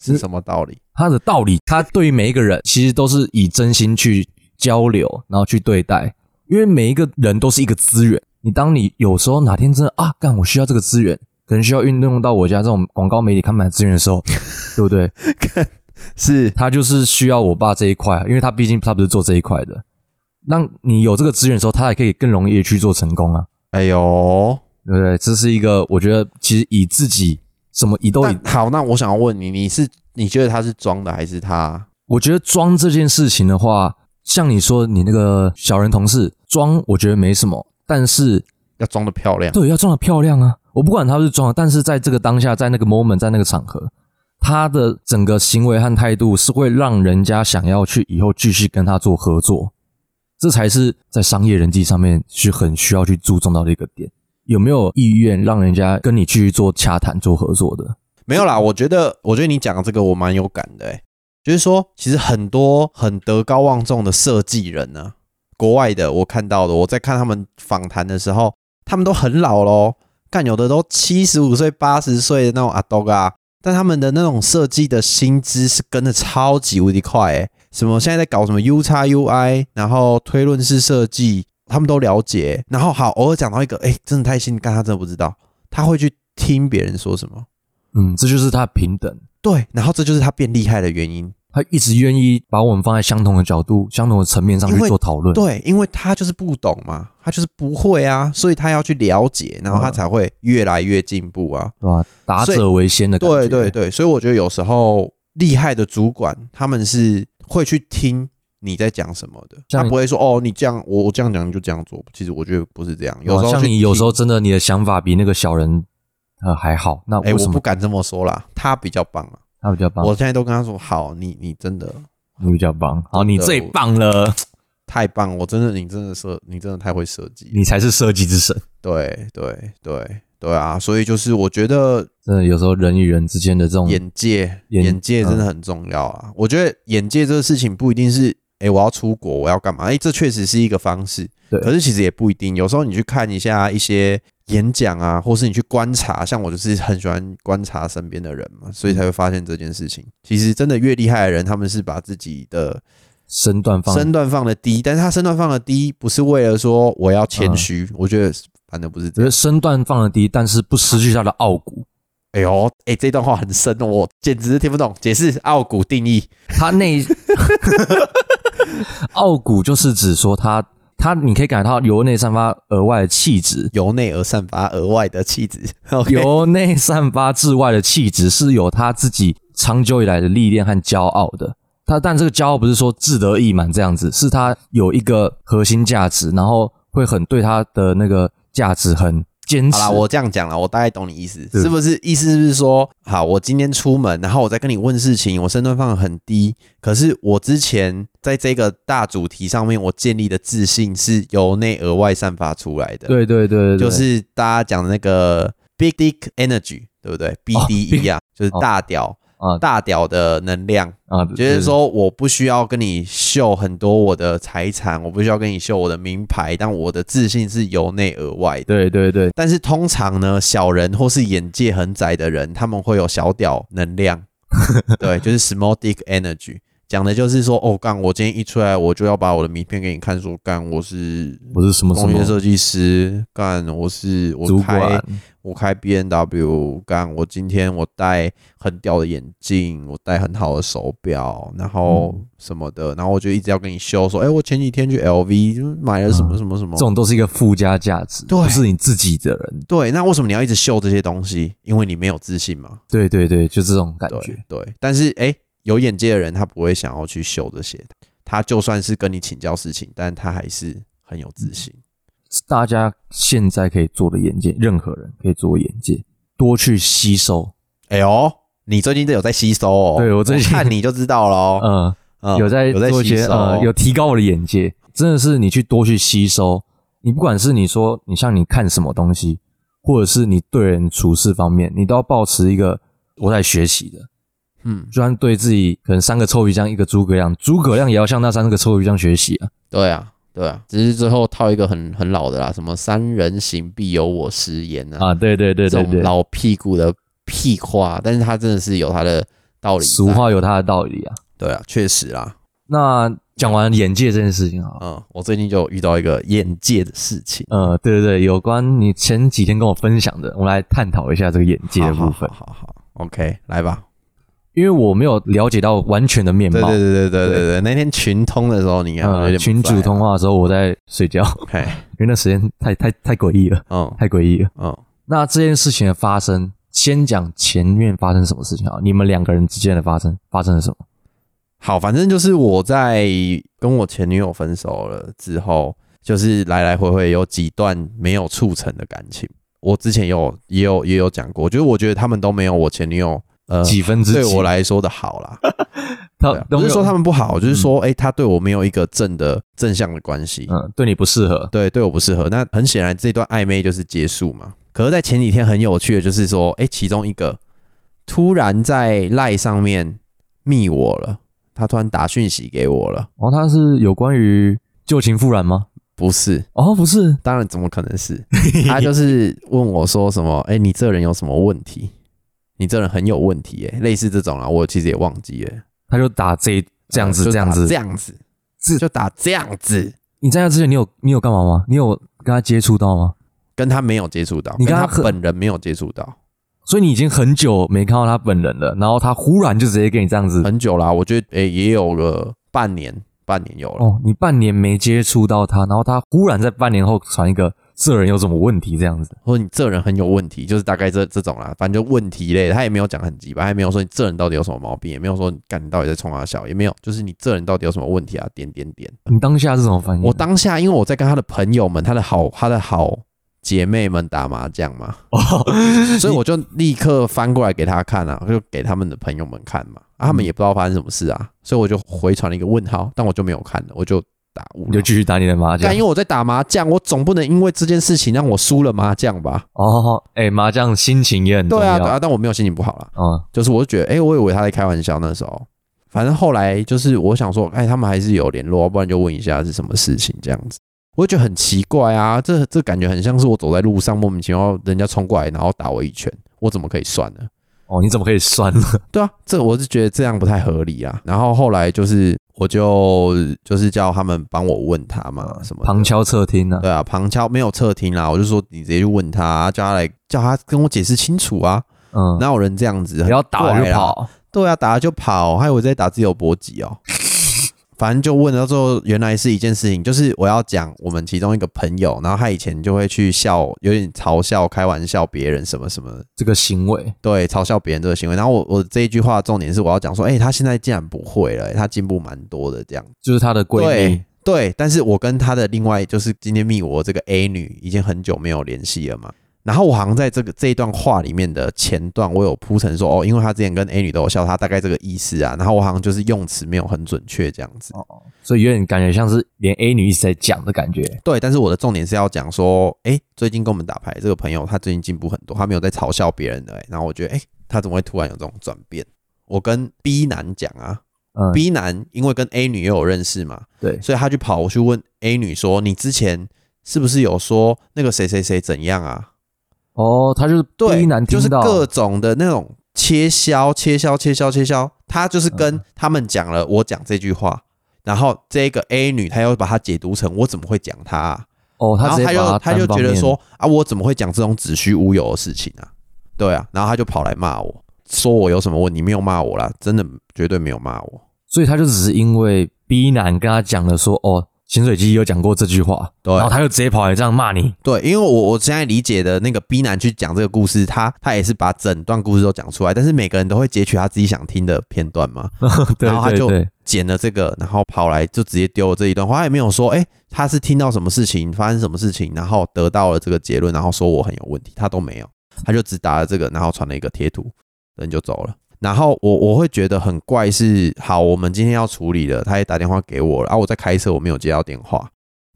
[SPEAKER 1] 是什么道理？
[SPEAKER 2] 他的道理，他对于每一个人其实都是以真心去交流，然后去对待，因为每一个人都是一个资源。你当你有时候哪天真的啊，干我需要这个资源，可能需要运用到我家这种广告媒体看板的资源的时候，对不对？ *laughs*
[SPEAKER 1] 是
[SPEAKER 2] 他就是需要我爸这一块，因为他毕竟他不是做这一块的。让你有这个资源的时候，他也可以更容易地去做成功啊，
[SPEAKER 1] 哎呦，
[SPEAKER 2] 对不对？这是一个我觉得其实以自己什么以都以
[SPEAKER 1] 但，好，那我想要问你，你是你觉得他是装的还是他？
[SPEAKER 2] 我觉得装这件事情的话，像你说你那个小人同事装，我觉得没什么，但是
[SPEAKER 1] 要装的漂亮，
[SPEAKER 2] 对要装的漂亮啊，我不管他是装的，但是在这个当下，在那个 moment，在那个场合，他的整个行为和态度是会让人家想要去以后继续跟他做合作，这才是在商业人际上面是很需要去注重到的一个点。有没有意愿让人家跟你去做洽谈、做合作的？
[SPEAKER 1] 没有啦，我觉得，我觉得你讲的这个我蛮有感的、欸，就是说，其实很多很德高望重的设计人呢、啊国外的我看到的，我在看他们访谈的时候，他们都很老咯，干有的都七十五岁、八十岁的那种阿斗啊，但他们的那种设计的薪资是跟的超级无敌快、欸，什么现在在搞什么 U 叉 UI，然后推论式设计，他们都了解，然后好偶尔讲到一个，哎、真的太新，干他真的不知道，他会去听别人说什么。
[SPEAKER 2] 嗯，这就是他的平等。
[SPEAKER 1] 对，然后这就是他变厉害的原因。
[SPEAKER 2] 他一直愿意把我们放在相同的角度、相同的层面上去
[SPEAKER 1] 因为
[SPEAKER 2] 做讨论。
[SPEAKER 1] 对，因为他就是不懂嘛，他就是不会啊，所以他要去了解，然后他才会越来越进步啊。
[SPEAKER 2] 对吧？打
[SPEAKER 1] 所以
[SPEAKER 2] 者为先的感觉。
[SPEAKER 1] 对对对，所以我觉得有时候厉害的主管他们是会去听你在讲什么的，
[SPEAKER 2] 像
[SPEAKER 1] 他
[SPEAKER 2] 你
[SPEAKER 1] 不会说哦，你这样我我这样讲你就这样做。其实我觉得不是这样，有
[SPEAKER 2] 哇
[SPEAKER 1] 时候
[SPEAKER 2] 哦像
[SPEAKER 1] 去
[SPEAKER 2] 你有
[SPEAKER 1] 听
[SPEAKER 2] 时候真的你的想法比那个小人呃还好，那
[SPEAKER 1] 哎，
[SPEAKER 2] 为
[SPEAKER 1] 我
[SPEAKER 2] 什
[SPEAKER 1] 不
[SPEAKER 2] 么
[SPEAKER 1] 敢这么说啦，他比较棒啊。
[SPEAKER 2] 他比较棒？
[SPEAKER 1] 我现在都跟他说，好，你你真的
[SPEAKER 2] 你比较棒，好，你
[SPEAKER 1] 对
[SPEAKER 2] 最
[SPEAKER 1] 我
[SPEAKER 2] 棒了，
[SPEAKER 1] 太棒，我真的你真的设，你真的太会设计了。
[SPEAKER 2] 你才是设计之神。
[SPEAKER 1] 对对对对啊，所以就是我觉得
[SPEAKER 2] 真的有时候人与人之间的这种
[SPEAKER 1] 眼界，
[SPEAKER 2] 嗯眼嗯
[SPEAKER 1] 眼界真的很重要啊。我觉得眼界这个事情不一定是，诶，我要出国，我要干嘛？诶，这确实是一个方式，
[SPEAKER 2] 对
[SPEAKER 1] 可是其实也不一定，有时候你去看一下一些演讲啊，或是你去观察，像我就是很喜欢观察身边的人嘛，所
[SPEAKER 2] 嗯
[SPEAKER 1] 以才会发现这件事情。其实真的越厉害的人，他们是把自己的
[SPEAKER 2] 身段放
[SPEAKER 1] 身段放的低，但是他身段放的低，不是为了说我要
[SPEAKER 2] 嗯
[SPEAKER 1] 谦虚，我觉得反正不是这
[SPEAKER 2] 觉
[SPEAKER 1] 样。
[SPEAKER 2] 得身段放得低，但是不失去它的傲骨。
[SPEAKER 1] 哎呦，哎、这段话很深哦，我简直是听不懂。解释傲骨定义，
[SPEAKER 2] 它
[SPEAKER 1] *laughs*
[SPEAKER 2] 内 *laughs* 傲骨就是指说它它你可以感觉到由内散发额外的气质，
[SPEAKER 1] 由内而散发额外的气质。OK， *laughs*
[SPEAKER 2] *laughs* 由内散发至外的气质是有他自己长久以来的历练和骄傲的。他但这个骄傲不是说志得意满这样子，是他有一个核心价值，然后会很对他的那个价值很坚持。
[SPEAKER 1] 好啦，我这样讲了，我大概懂你意思，
[SPEAKER 2] 对
[SPEAKER 1] 是不是？意思是说，好，我今天出门，然后我再跟你问事情，我身段放的很低，可是我之前在这个大主题上面，我建立的自信是由内而外散发出来的。
[SPEAKER 2] 对对对对，对
[SPEAKER 1] 就是大家讲的那个 big dick energy，对不
[SPEAKER 2] 哦
[SPEAKER 1] 对？BDE 啊，就是大屌
[SPEAKER 2] 啊
[SPEAKER 1] 大屌的能量，
[SPEAKER 2] 啊，
[SPEAKER 1] 就是说我不需要跟你秀很多我的财产，我不需要跟你秀我的名牌，但我的自信是由内而外的。
[SPEAKER 2] 对对对，
[SPEAKER 1] 但是通常呢，小人或是眼界很窄的人，他们会有小屌能
[SPEAKER 2] *laughs*
[SPEAKER 1] 量，对，就是 small dick energy。讲的就是说，哦，干，我今天一出来，我就要把我的名片给你看，说，干，我是
[SPEAKER 2] 不是什么什哎
[SPEAKER 1] 工业
[SPEAKER 2] 么
[SPEAKER 1] 设计师，干，我是我嗯
[SPEAKER 2] 主
[SPEAKER 1] 开
[SPEAKER 2] 管，
[SPEAKER 1] 我开 B N W，干，我今天我戴很屌的眼镜，我戴很好的手表，然后
[SPEAKER 2] 嗯
[SPEAKER 1] 什么的，然后我就一直要跟你秀说，哎、我前几天去 L V 买了什么什么什么，
[SPEAKER 2] 嗯这种都是一个附加价值，
[SPEAKER 1] 对
[SPEAKER 2] 不是你自己的人。
[SPEAKER 1] 对，那为什么你要一直秀这些东西？因为你没有自信嘛，
[SPEAKER 2] 对对对，就这种感觉
[SPEAKER 1] 对。对。但是哎、有眼界的人他不会想要去秀这些，他就算是跟你请教事情，但他还是很有自信。
[SPEAKER 2] 大家现在可以做的眼界，任何人可以做眼界，多去吸收。
[SPEAKER 1] 哎呦，你最近这有在吸收哦？
[SPEAKER 2] 对我最近
[SPEAKER 1] 看你就知道喽。
[SPEAKER 2] *laughs* 嗯，
[SPEAKER 1] 嗯
[SPEAKER 2] 有在
[SPEAKER 1] 有在
[SPEAKER 2] 做一
[SPEAKER 1] 吸
[SPEAKER 2] 些
[SPEAKER 1] 收
[SPEAKER 2] 呃，有提高我的眼界，真的是你去多去吸收。你不管是你说你像你看什么东西，或者是你对人处事方面，你都要保持一个我在学习的，
[SPEAKER 1] 嗯，
[SPEAKER 2] 就算对自己可能三个臭鱼匠一个诸葛亮，诸葛亮也要向那三个臭鱼匠学习啊。
[SPEAKER 1] 对啊，对啊，只是最后套一个很很老的啦，什么“三人行必有我师焉”啊，
[SPEAKER 2] 啊，对对对对
[SPEAKER 1] 这种
[SPEAKER 2] 对，
[SPEAKER 1] 老屁股的屁话，但是他真的是有他的道理在。啊
[SPEAKER 2] 俗话有它的道理啊。
[SPEAKER 1] 对啊，确实啦。
[SPEAKER 2] 那讲完眼界这件事情啊，
[SPEAKER 1] 嗯，我最近就有遇到一个眼界的事情。
[SPEAKER 2] 呃，对对对，有关你前几天跟我分享的，我们来探讨一下这个眼界的部分，
[SPEAKER 1] 好好好好好，OK，来吧。
[SPEAKER 2] 因为我没有了解到完全的面
[SPEAKER 1] 对
[SPEAKER 2] 貌。
[SPEAKER 1] 对对对对对对，那天群通的时候，你看我有
[SPEAKER 2] 呃，
[SPEAKER 1] 点
[SPEAKER 2] 群主通话的时候我在睡觉， *laughs*
[SPEAKER 1] 嘿，
[SPEAKER 2] 因为那时间太太太诡异了，
[SPEAKER 1] 嗯
[SPEAKER 2] 太诡异了。
[SPEAKER 1] 嗯，
[SPEAKER 2] 那这件事情的发生，先讲前面发生什么事情啊？你们两个人之间的发生发生了什么？
[SPEAKER 1] 好，反正就是我在跟我前女友分手了之后，就是来来回回有几段没有促成的感情。我之前有也有也有讲过，就是我觉得他们都没有我前女友呃
[SPEAKER 2] 几分之
[SPEAKER 1] 对
[SPEAKER 2] 几？
[SPEAKER 1] 我，来说的好啦。
[SPEAKER 2] 他
[SPEAKER 1] 对啊
[SPEAKER 2] 都
[SPEAKER 1] 不是
[SPEAKER 2] 没有
[SPEAKER 1] 说他，们不好，就是说哎、他对我没有一个正的正向的关系。
[SPEAKER 2] 嗯，对你不适合，
[SPEAKER 1] 对，对我不适合。那很显然，这段暧昧就是结束嘛。可是，在前几天很有趣的，就是说，哎、其中一个突然在赖上面密我了，他突然打讯息给我了，
[SPEAKER 2] 然后哦他是有关于旧情复燃吗？
[SPEAKER 1] 不是，
[SPEAKER 2] 哦，不是，
[SPEAKER 1] 当然怎么可能
[SPEAKER 2] *laughs*
[SPEAKER 1] 是？他就是问我说什么，哎、你这人有什么问题？你这人很有问题、哎，类似这种啊，我其实也忘记了，呃
[SPEAKER 2] 他就打这一这样子
[SPEAKER 1] 啊就
[SPEAKER 2] 这样
[SPEAKER 1] 打
[SPEAKER 2] 子
[SPEAKER 1] 这样子，
[SPEAKER 2] 是
[SPEAKER 1] 就打这样子，
[SPEAKER 2] 你在那之前，你有你有干嘛吗？你有跟他接触到吗？
[SPEAKER 1] 跟他没有接触到，
[SPEAKER 2] 你
[SPEAKER 1] 跟
[SPEAKER 2] 跟他
[SPEAKER 1] 他
[SPEAKER 2] 很
[SPEAKER 1] 本人没有接触到，
[SPEAKER 2] 所以你已经很久没看到他本人了，然后他忽然就直接给你这样子，
[SPEAKER 1] 很久啦、我觉得诶、也有个半年，半年有了。
[SPEAKER 2] 哦，你半年没接触到他，然后他忽然在半年后传一个这人有什么问题这样子，
[SPEAKER 1] 或者你这人很有问题，就是大概这这种啦，反正就问题类的，他也没有讲很鸡巴，他也没有说你这人到底有什么毛病，也没有说你干你到底在冲他笑，也没有，就是你这人到底有什么问题啊？点点点。
[SPEAKER 2] 你当下是什么反应？
[SPEAKER 1] 我当下因为我在跟他的朋友们、他的好、他的好姐妹们打麻将嘛， *laughs* 所以我就立刻翻过来给他看啊，就给他们的朋友们看嘛，啊，他们也不知道发生什么事啊，所以我就回传了一个问号，但我就没有看了，我就打五
[SPEAKER 2] 你就继续打你的麻
[SPEAKER 1] 但
[SPEAKER 2] 将
[SPEAKER 1] 因为我在打麻将，我总不能因为这件事情让我输了麻将吧？
[SPEAKER 2] 哦，哎、麻将心情也很重
[SPEAKER 1] 对啊，
[SPEAKER 2] 要
[SPEAKER 1] 对啊，但我没有心情不好啦。
[SPEAKER 2] 嗯
[SPEAKER 1] 就是我就觉得，哎、我以为他在开玩笑那时候。反正后来就是我想说，哎、他们还是有联络，不然就问一下是什么事情这样子。我就觉得很奇怪啊，这这感觉很像是我走在路上，莫名其妙人家冲过来，然后打我一拳，我怎么可以算呢？
[SPEAKER 2] 哦，你怎么可以算呢？
[SPEAKER 1] 对啊，这我是觉得这样不太合理啊。然后后来就是我就就是叫他们帮我问他嘛，什么的
[SPEAKER 2] 旁敲侧听呢、
[SPEAKER 1] 对啊，旁敲没有侧听啦，我就说你直接去问他，叫他来叫他跟我解释清楚啊，
[SPEAKER 2] 嗯，
[SPEAKER 1] 哪有人这样子？
[SPEAKER 2] 不要打
[SPEAKER 1] 很
[SPEAKER 2] 了
[SPEAKER 1] 怪
[SPEAKER 2] 就
[SPEAKER 1] 啦
[SPEAKER 2] 跑，
[SPEAKER 1] 对啊，打了就跑，还有我在打自由搏击哦。反正就问到最后，原来是一件事情，就是我要讲我们其中一个朋友，然后他以前就会去笑，有点嘲笑、开玩笑别人什么什么，
[SPEAKER 2] 这个行为
[SPEAKER 1] 对，嘲笑别人这个行为。然后我我这一句话的重点是我要讲说，哎、他现在竟然不会了、他进步蛮多的这样。
[SPEAKER 2] 就是她的闺蜜
[SPEAKER 1] 对对，但是我跟她的另外就是今天密我这个 A 女已经很久没有联系了嘛。然后我好像在这个这一段话里面的前段，我有铺陈说哦，因为她之前跟 A 女都有笑，她大概这个意思啊。然后我好像就是用词没有很准确这样子。
[SPEAKER 2] 所以有点感觉像是连 A 女一直在讲的感觉。
[SPEAKER 1] 对，但是我的重点是要讲说，哎，最近跟我们打牌这个朋友，他最近进步很多，他没有在嘲笑别人的、诶然后我觉得，哎，他怎么会突然有这种转变？我跟 B 男讲啊，
[SPEAKER 2] 嗯，
[SPEAKER 1] B 男因为跟 A 女也有认识嘛，
[SPEAKER 2] 对
[SPEAKER 1] 所以他就跑我去问 A 女说：“你之前是不是有说那个谁谁谁怎样啊
[SPEAKER 2] 哦，她就是？”
[SPEAKER 1] 对
[SPEAKER 2] B 男，
[SPEAKER 1] 就是
[SPEAKER 2] 听到
[SPEAKER 1] 各种的那种切削、切削、切削、切削。他就是跟
[SPEAKER 2] 嗯
[SPEAKER 1] 他们讲了我讲这句话，然后这个 A 女她又把它解读成我怎么会讲她、啊，
[SPEAKER 2] 哦，
[SPEAKER 1] 然
[SPEAKER 2] 她
[SPEAKER 1] 后
[SPEAKER 2] 直
[SPEAKER 1] 她
[SPEAKER 2] 接把
[SPEAKER 1] 就
[SPEAKER 2] 她
[SPEAKER 1] 她就
[SPEAKER 2] 单方
[SPEAKER 1] 觉得
[SPEAKER 2] 面
[SPEAKER 1] 说啊，我怎么会讲这种子虚乌有的事情啊？对啊，然后她就跑来骂我，说我有什么问题？没有骂我啦，真的绝对没有骂我。
[SPEAKER 2] 所以他就只是因为 B 男跟他讲了说，哦，潜水机有讲过这句话，
[SPEAKER 1] 对
[SPEAKER 2] 然后他就直接跑来这样
[SPEAKER 1] *laughs*
[SPEAKER 2] 骂你，
[SPEAKER 1] 对，因为我我现在理解的那个 B 男去讲这个故事，他他也是把整段故事都讲出来，但是每个人都会截取他自己想听的片段嘛，
[SPEAKER 2] 对
[SPEAKER 1] 然后他
[SPEAKER 2] 对
[SPEAKER 1] 就
[SPEAKER 2] 对，
[SPEAKER 1] 剪了这个，然后跑来就直接丢了这一段话，他也没有说，哎、他是听到什么事情，发生什么事情，然后得到了这个结论，然后说我很有问题，他都没有， *laughs* 他就只打了这个，然后传了一个贴图，人就走了。然后我我会觉得很怪是，好，我们今天要处理了，他也打电话给我了，啊，我在开车，我没有接到电话，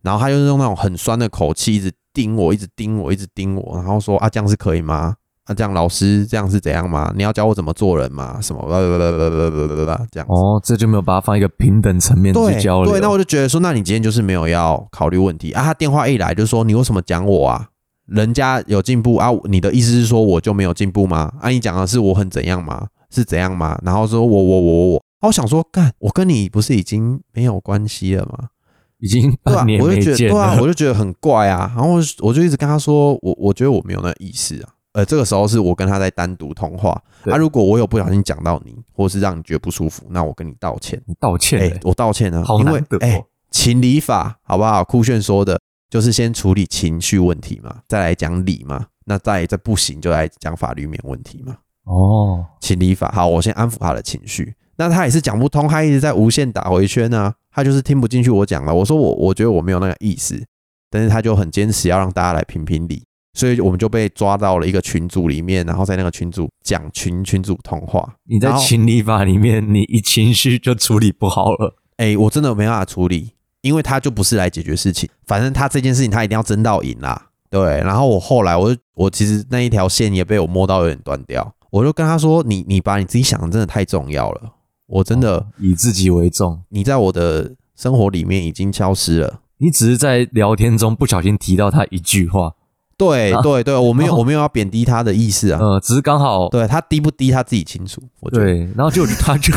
[SPEAKER 1] 然后他就是用那种很酸的口气一直盯我，一直盯我，一直盯我，然后说啊，这样是可以吗？啊，这样老师这样是怎样吗？你要教我怎么做人吗？什么啦啦啦啦啦啦啦啦这样子。
[SPEAKER 2] 哦，这就没有把它放一个平等层面
[SPEAKER 1] 对
[SPEAKER 2] 去交流，
[SPEAKER 1] 对，那我就觉得说，那你今天就是没有要考虑问题啊。他电话一来就说，你为什么讲我啊？人家有进步啊，你的意思是说我就没有进步吗？啊，你讲的是我很怎样吗？是怎样吗？然后说我我我我我，啊我想说，干，我跟你不是已经没有关系了吗？
[SPEAKER 2] 已经
[SPEAKER 1] 对啊
[SPEAKER 2] 半，年
[SPEAKER 1] 我
[SPEAKER 2] 没
[SPEAKER 1] 就觉得
[SPEAKER 2] 见
[SPEAKER 1] 对啊，
[SPEAKER 2] 了，
[SPEAKER 1] 我就觉得很怪啊。然后我就我就一直跟他说，我我觉得我没有那个意思啊。呃，这个时候是我跟他在单独通话。
[SPEAKER 2] 对
[SPEAKER 1] 啊，如果我有不小心讲到你，或是让你觉得不舒服，那我跟你道歉。
[SPEAKER 2] 你道歉
[SPEAKER 1] 哎、
[SPEAKER 2] 了，
[SPEAKER 1] 我道歉啊，
[SPEAKER 2] 好
[SPEAKER 1] 因
[SPEAKER 2] 难
[SPEAKER 1] 为
[SPEAKER 2] 得哦
[SPEAKER 1] 哎、情理法好不好？酷炫说的就是先处理情绪问题嘛，再来讲理嘛，那再再不行就来讲法律面问题嘛。
[SPEAKER 2] 哦，
[SPEAKER 1] 情理法好，我先安抚他的情绪，那他也是讲不通，他一直在无限打回圈啊，他就是听不进去我讲了，我说我我觉得我没有那个意思，但是他就很坚持要让大家来评评理。所以我们就被抓到了一个群组里面，然后在那个群组讲群群组通话，
[SPEAKER 2] 你在
[SPEAKER 1] 然后
[SPEAKER 2] 情理法里面，你一情绪就处理不好了，
[SPEAKER 1] 哎、我真的没办法处理，因为他就不是来解决事情，反正他这件事情他一定要争到赢啦，对。然后我后来我就我其实那一条线也被我摸到有点断掉，我就跟他说，你你把你自己想的真的太重要了，我真的、
[SPEAKER 2] 以自己为重，
[SPEAKER 1] 你在我的生活里面已经消失了。
[SPEAKER 2] 你只是在聊天中不小心提到他一句话，
[SPEAKER 1] 对
[SPEAKER 2] 啊
[SPEAKER 1] 对对，我没有、
[SPEAKER 2] 哦
[SPEAKER 1] 我没有要贬低他的意思啊，
[SPEAKER 2] 呃，只是刚好
[SPEAKER 1] 对他低不低他自己清楚，我觉得。
[SPEAKER 2] 对，然后就
[SPEAKER 1] *laughs*
[SPEAKER 2] 他就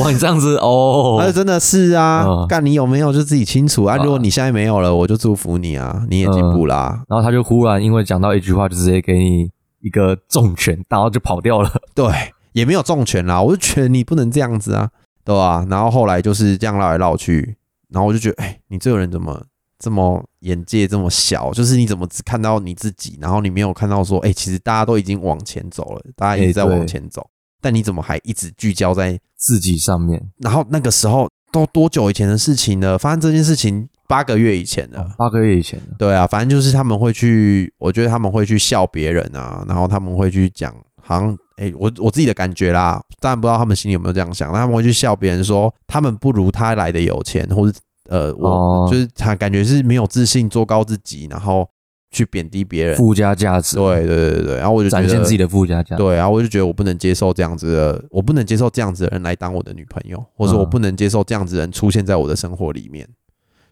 [SPEAKER 2] 哇，你这样子哦
[SPEAKER 1] 他，就真的是啊，
[SPEAKER 2] 嗯
[SPEAKER 1] 干、你有没有就自己清楚啊。
[SPEAKER 2] 啊嗯
[SPEAKER 1] 如果你现在没有了，我就祝福你啊，你也进步啦、
[SPEAKER 2] 然后他就忽然因为讲到一句话，就直接给你一个重拳，然后就跑掉了。 *laughs*
[SPEAKER 1] *laughs* 对，也没有重拳啦，我就觉得你不能这样子啊，对吧、然后后来就是这样绕来绕去，然后我就觉得，哎，你这个人怎么这么眼界这么小？就是你怎么只看到你自己，然后你没有看到说，哎，其实大家都已经往前走了，大家一直在
[SPEAKER 2] 哎对
[SPEAKER 1] 往前走，但你怎么还一直聚焦在？
[SPEAKER 2] 自己上面
[SPEAKER 1] 然后那个时候都多久以前的事情呢？发生这件事情八个月以前了。
[SPEAKER 2] 八个月以前的，
[SPEAKER 1] 对啊，反正就是他们会去，我觉得他们会去笑别人啊，然后他们会去讲，好像诶、我我自己的感觉啦，当然不知道他们心里有没有这样想，但他们会去笑别人说他们不如他来的有钱，或者呃，我、
[SPEAKER 2] 哦
[SPEAKER 1] 就是他感觉是没有自信，做高自己，然后去贬低别人。
[SPEAKER 2] 附加价值，
[SPEAKER 1] 对对对对对，然后我就觉
[SPEAKER 2] 展
[SPEAKER 1] 得
[SPEAKER 2] 现自己的附加价值。
[SPEAKER 1] 对，然后我就觉得我不能接受这样子的，我不能接受这样子的人来当我的女朋友，或者我
[SPEAKER 2] 嗯
[SPEAKER 1] 不能接受这样子的人出现在我的生活里面，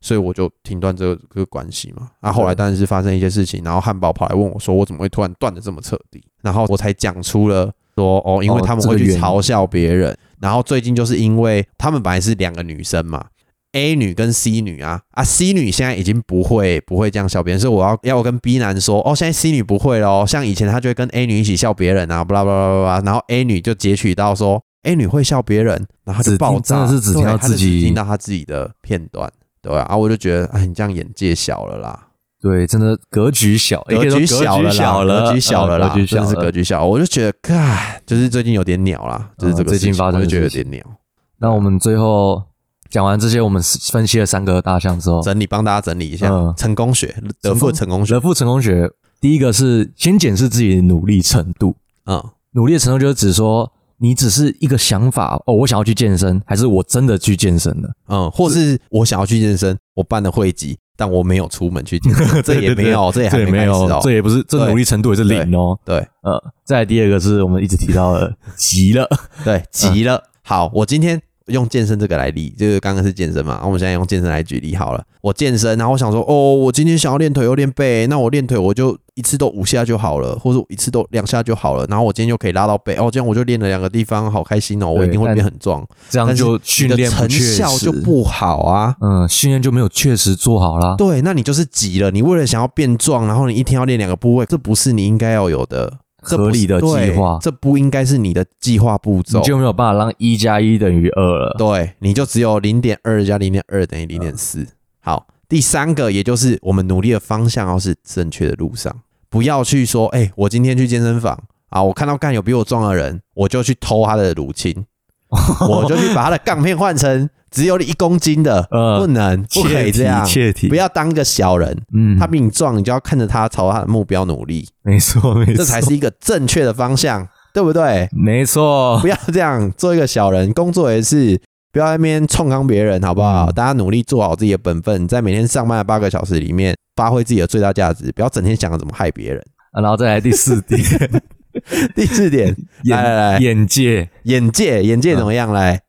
[SPEAKER 1] 所以我就停断这个这个关系嘛。那、后来
[SPEAKER 2] 对
[SPEAKER 1] 当然是发生一些事情，然后汉堡跑来问我说，我怎么会突然断的这么彻底？然后我才讲出了说，哦，因为
[SPEAKER 2] 哦
[SPEAKER 1] 他们
[SPEAKER 2] 这
[SPEAKER 1] 会
[SPEAKER 2] 个
[SPEAKER 1] 去
[SPEAKER 2] 原因
[SPEAKER 1] 嘲笑别人，然后最近就是因为他们本来是两个女生嘛。A 女跟 C 女啊啊，C 女现在已经不会不会这样笑别人，所以我要要我跟 B 男说，哦，现在 C 女不会咯，像以前她就会跟 A 女一起笑别人啊，巴拉巴拉巴拉，然后 A 女就截取到说 A 女会笑别人，然后她就
[SPEAKER 2] 只听
[SPEAKER 1] 爆炸，
[SPEAKER 2] 真的是只听
[SPEAKER 1] 对
[SPEAKER 2] 到
[SPEAKER 1] 她就
[SPEAKER 2] 自己
[SPEAKER 1] 听到她自己的片段，对啊，啊我就觉得，哎，你这样眼界小了啦，
[SPEAKER 2] 对，真的格局小，也可以说
[SPEAKER 1] 局
[SPEAKER 2] 小
[SPEAKER 1] 了啦，
[SPEAKER 2] 了，嗯呃
[SPEAKER 1] 格局小了啦，
[SPEAKER 2] 格局小
[SPEAKER 1] 真的是格
[SPEAKER 2] 了。
[SPEAKER 1] 局小了，我就觉得，嘎，就是最近有点鸟啦，就是这个
[SPEAKER 2] 嗯最
[SPEAKER 1] 事情
[SPEAKER 2] 近发生
[SPEAKER 1] 我就
[SPEAKER 2] 的
[SPEAKER 1] 觉得有
[SPEAKER 2] 事情
[SPEAKER 1] 点鸟。
[SPEAKER 2] 那我们最后讲完这些，我们分析了三个大项之后，
[SPEAKER 1] 整理帮大家整理一下，
[SPEAKER 2] 嗯
[SPEAKER 1] 成功学德
[SPEAKER 2] 成
[SPEAKER 1] 富
[SPEAKER 2] 功
[SPEAKER 1] 成功学，
[SPEAKER 2] 人富成功学第一个是先检视自己的努力程度，
[SPEAKER 1] 嗯。
[SPEAKER 2] 努力的程度就是指说你只是一个想法哦，我想要去健身，还是我真的去健身了？
[SPEAKER 1] 嗯，或是我想要去健身，我办了会籍，但我没有出门去健
[SPEAKER 2] *laughs*
[SPEAKER 1] 身，这也没有，这也还
[SPEAKER 2] 这也
[SPEAKER 1] 没
[SPEAKER 2] 没
[SPEAKER 1] 开始
[SPEAKER 2] 有
[SPEAKER 1] 哦，。
[SPEAKER 2] 这也不是，这
[SPEAKER 1] 对
[SPEAKER 2] 努力程度也是零哦。
[SPEAKER 1] 对
[SPEAKER 2] 呃，再来第二个是我们一直提
[SPEAKER 1] *laughs*
[SPEAKER 2] 到的急了，
[SPEAKER 1] 对，急了。好，我今天用健身这个来例，就是刚刚是健身嘛，啊然后我们现在用健身来举例好了。我健身，然后我想说，哦，我今天想要练腿又练背，那我练腿我就一次都五下就好了，或者一次都两下就好了，然后我今天就可以拉到背，哦，这样我就练了两个地方，好开心哦，我一定会变很壮，
[SPEAKER 2] 这样
[SPEAKER 1] 但是
[SPEAKER 2] 就
[SPEAKER 1] 你
[SPEAKER 2] 训
[SPEAKER 1] 的
[SPEAKER 2] 练不
[SPEAKER 1] 成
[SPEAKER 2] 确实
[SPEAKER 1] 效就不好啊。
[SPEAKER 2] 嗯，训练就没有确实做好啦。
[SPEAKER 1] 对，那你就是急了。你为了想要变壮，然后你一天要练两个部位，这不是你应该要有的这不
[SPEAKER 2] 合理的
[SPEAKER 1] 是对
[SPEAKER 2] 计划
[SPEAKER 1] 这不应该是你的计划步
[SPEAKER 2] 你
[SPEAKER 1] 骤。
[SPEAKER 2] 就没有办法让一加一等于二了。
[SPEAKER 1] 对，你就只有零点二加零点二等于零点四。好，第三个也就是我们努力的方向要是正确的路上，不要去说，哎、我今天去健身房啊，我看到干有比我壮的人，我就去偷他的乳清， *laughs* 我就去把他的杠片换成只有一公斤的，
[SPEAKER 2] 呃
[SPEAKER 1] 不能，不可以这样，
[SPEAKER 2] 切题
[SPEAKER 1] 不要当个小人。
[SPEAKER 2] 嗯，
[SPEAKER 1] 他比你壮，你就要看着他朝他的目标努力，
[SPEAKER 2] 没错，没错，
[SPEAKER 1] 这才是一个正确的方向，对不
[SPEAKER 2] *laughs*
[SPEAKER 1] 对？
[SPEAKER 2] 没错
[SPEAKER 1] 不。要这样做一个小人，工作也是不要在那边冲康别人，好不好？
[SPEAKER 2] 嗯
[SPEAKER 1] 大家努力做好自己的本分，在每天上班的八个小时里面，发挥自己的最大价值，不要整天想着怎么害别
[SPEAKER 2] *laughs*
[SPEAKER 1] 人。
[SPEAKER 2] 啊然后再来第四点，
[SPEAKER 1] 第四点， *laughs* 来来来
[SPEAKER 2] 眼嗯眼界，
[SPEAKER 1] 眼界，眼界怎么样？来，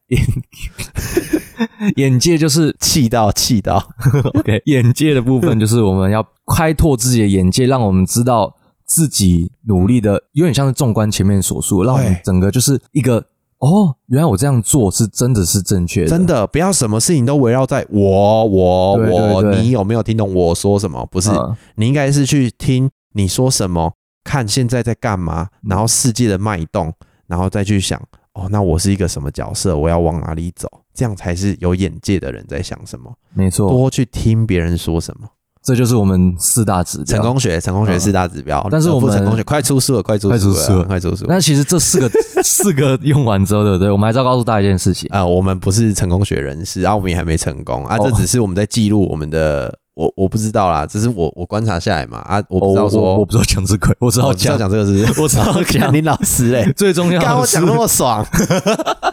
[SPEAKER 2] 眼界就是
[SPEAKER 1] 气到气到， *laughs*
[SPEAKER 2] OK，眼界的部分就是我们要开拓自己的眼界，让我们知道自己努力的，有点像是纵观前面所述，让我们
[SPEAKER 1] 对
[SPEAKER 2] 整个就是一个哦，原来我这样做是真的是正确的，
[SPEAKER 1] 真的不要什么事情都围绕在我我
[SPEAKER 2] 对
[SPEAKER 1] 我，
[SPEAKER 2] 对对
[SPEAKER 1] 你有没有听懂我说什么？不是，
[SPEAKER 2] 嗯
[SPEAKER 1] 你应该是去听你说什么，看现在在干嘛，
[SPEAKER 2] 嗯
[SPEAKER 1] 然后世界的脉动，然后再去想哦，那我是一个什么角色，我要往哪里走，这样才是有眼界的人在想什么。
[SPEAKER 2] 没错，
[SPEAKER 1] 多去听别人说什么，
[SPEAKER 2] 这就是我们四大指标
[SPEAKER 1] 成。功学，成功学
[SPEAKER 2] 嗯
[SPEAKER 1] 四大指标。
[SPEAKER 2] 但是我们
[SPEAKER 1] 成功学快出书了，快出
[SPEAKER 2] 快出
[SPEAKER 1] 书
[SPEAKER 2] 书
[SPEAKER 1] 了，啊
[SPEAKER 2] 了
[SPEAKER 1] 快出书了。
[SPEAKER 2] 那其实
[SPEAKER 1] *laughs*
[SPEAKER 2] 这四个四个用完之后，对不对？我们还是要告诉大家一件事情，
[SPEAKER 1] 啊、我们不是成功学人士，啊，我们也还没成功啊，
[SPEAKER 2] 哦
[SPEAKER 1] 这只是我们在记录我们的，我我不知道啦，只是我我观察下来嘛，啊，我
[SPEAKER 2] 我
[SPEAKER 1] 不知道说，
[SPEAKER 2] 哦我我不知道讲这个，我知道
[SPEAKER 1] 哦你知道
[SPEAKER 2] 讲
[SPEAKER 1] 讲这个是不是，
[SPEAKER 2] 我知道
[SPEAKER 1] *laughs*
[SPEAKER 2] 讲
[SPEAKER 1] 林老欸师嘞、
[SPEAKER 2] 最重要
[SPEAKER 1] 刚我
[SPEAKER 2] 的是
[SPEAKER 1] 讲，那么爽，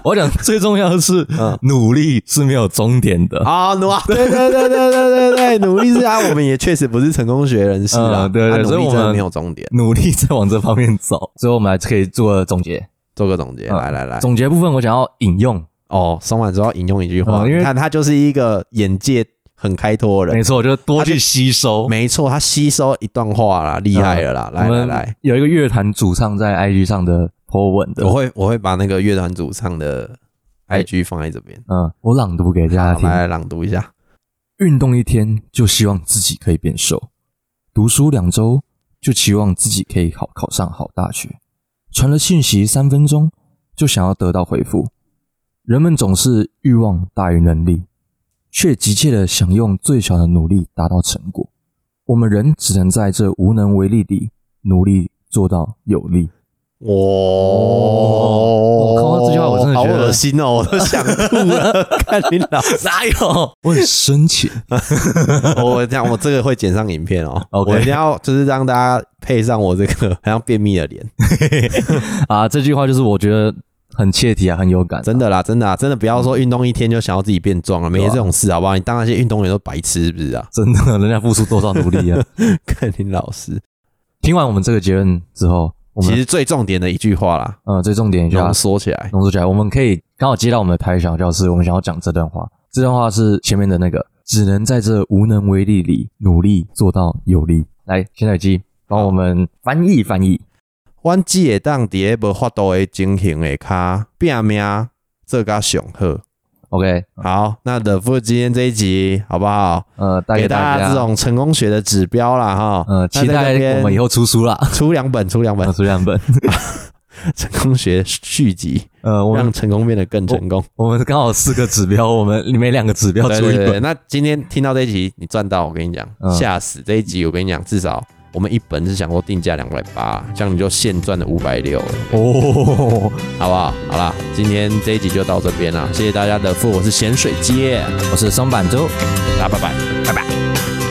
[SPEAKER 2] 我讲最重要的是
[SPEAKER 1] 嗯，
[SPEAKER 2] 努力是没有终点的。
[SPEAKER 1] 好努 *laughs* 啊，对对对对对对对，努力是啊，我们也确实不是成功学人士啦，
[SPEAKER 2] 嗯对对
[SPEAKER 1] 啊
[SPEAKER 2] 所以
[SPEAKER 1] 努力
[SPEAKER 2] 我
[SPEAKER 1] 真的
[SPEAKER 2] 们
[SPEAKER 1] 没有终点。
[SPEAKER 2] 努力在往这方面走， *laughs* 最后我们还可以做个总结。
[SPEAKER 1] 做个总结，
[SPEAKER 2] 嗯
[SPEAKER 1] 来来来，
[SPEAKER 2] 总结部分我想要引用，
[SPEAKER 1] 哦，松完之后引用一句话，
[SPEAKER 2] 嗯因为
[SPEAKER 1] 你看他就是一个眼界很开拓的
[SPEAKER 2] 没
[SPEAKER 1] 人，
[SPEAKER 2] 错，就是多去吸收。
[SPEAKER 1] 没错，他吸收一段话啦，厉害了啦，来
[SPEAKER 2] 我
[SPEAKER 1] 来
[SPEAKER 2] 们
[SPEAKER 1] 来，
[SPEAKER 2] 有一个乐坛主唱在 IG 上的 po 文的
[SPEAKER 1] 我，会我会把那个乐团主唱的
[SPEAKER 2] 哎
[SPEAKER 1] IG 放在这边，
[SPEAKER 2] 嗯，我朗读给大家
[SPEAKER 1] 好，
[SPEAKER 2] 听。
[SPEAKER 1] 来来朗读一下，
[SPEAKER 2] 运动一天，就希望自己可以变瘦；读书两周，就期望自己可以考考上好大学。传了信息三分钟，就想要得到回复。人们总是欲望大于能力，却急切的想用最小的努力达到成果。我们人只能在这无能为力里努力做到有力。
[SPEAKER 1] 哇！
[SPEAKER 2] 哦我看到这句话我真的
[SPEAKER 1] 哦好
[SPEAKER 2] 觉得
[SPEAKER 1] 恶心哦，我都想吐了。
[SPEAKER 2] *laughs*
[SPEAKER 1] 看你老
[SPEAKER 2] 哪有？我很深情。 *laughs*
[SPEAKER 1] 我这样，我这个会剪上影片哦。
[SPEAKER 2] OK
[SPEAKER 1] 我一定要就是让大家配上我这个好像便秘的脸，
[SPEAKER 2] *laughs* 啊，这句话就是我觉得很切题啊，很有感啊、
[SPEAKER 1] 真的啦，真的啦，真的不要说运动一天就想要自己变壮了，没
[SPEAKER 2] 对啊
[SPEAKER 1] 这种事好不好？你当那些运动员都白痴是不是
[SPEAKER 2] *laughs*
[SPEAKER 1] 啊？
[SPEAKER 2] 真的，人家付出多少努力啊！
[SPEAKER 1] 看你老师，
[SPEAKER 2] 听完我们这个结论之后，我
[SPEAKER 1] 其
[SPEAKER 2] 们
[SPEAKER 1] 实最重点的一句话啦，
[SPEAKER 2] 呃最重点就
[SPEAKER 1] 浓
[SPEAKER 2] 要
[SPEAKER 1] 缩起来，
[SPEAKER 2] 浓缩起来，我们可以刚好接到我们的台小教室，我们想要讲这段话。这段话是前面的那个，只能在这无能为力里努力做到有力。来，现在机帮我们翻译翻译。
[SPEAKER 1] 阮只会当伫咧无法度的情形的卡拼命啊做甲上好。
[SPEAKER 2] 嗯 OK，
[SPEAKER 1] 好，那的夫今天这一集好不好？
[SPEAKER 2] 呃，带
[SPEAKER 1] 给
[SPEAKER 2] 大
[SPEAKER 1] 大家这种成功学的指标啦，哈。
[SPEAKER 2] 呃期待我们以
[SPEAKER 1] 后
[SPEAKER 2] 后出书啦，
[SPEAKER 1] *laughs* 出两本，出两本
[SPEAKER 2] 出两本。
[SPEAKER 1] 成功学续集，
[SPEAKER 2] 呃，我们
[SPEAKER 1] 让成功变得更成功。
[SPEAKER 2] 我们刚好四个指标，我们每两个指标
[SPEAKER 1] 对
[SPEAKER 2] 出
[SPEAKER 1] 对
[SPEAKER 2] 一
[SPEAKER 1] 对，
[SPEAKER 2] 本
[SPEAKER 1] 对。那今天听到这一集，你赚到，我跟你讲，
[SPEAKER 2] 嗯
[SPEAKER 1] 吓死！这一集我跟你讲，至少我们一本是想说定价两百八，这样你就现赚了五百六了。
[SPEAKER 2] 哦，
[SPEAKER 1] 好不好？好啦，今天这一集就到这边啦，谢谢大家的付，我是咸水街，
[SPEAKER 2] 我是松板粥。
[SPEAKER 1] 大家拜拜，拜拜。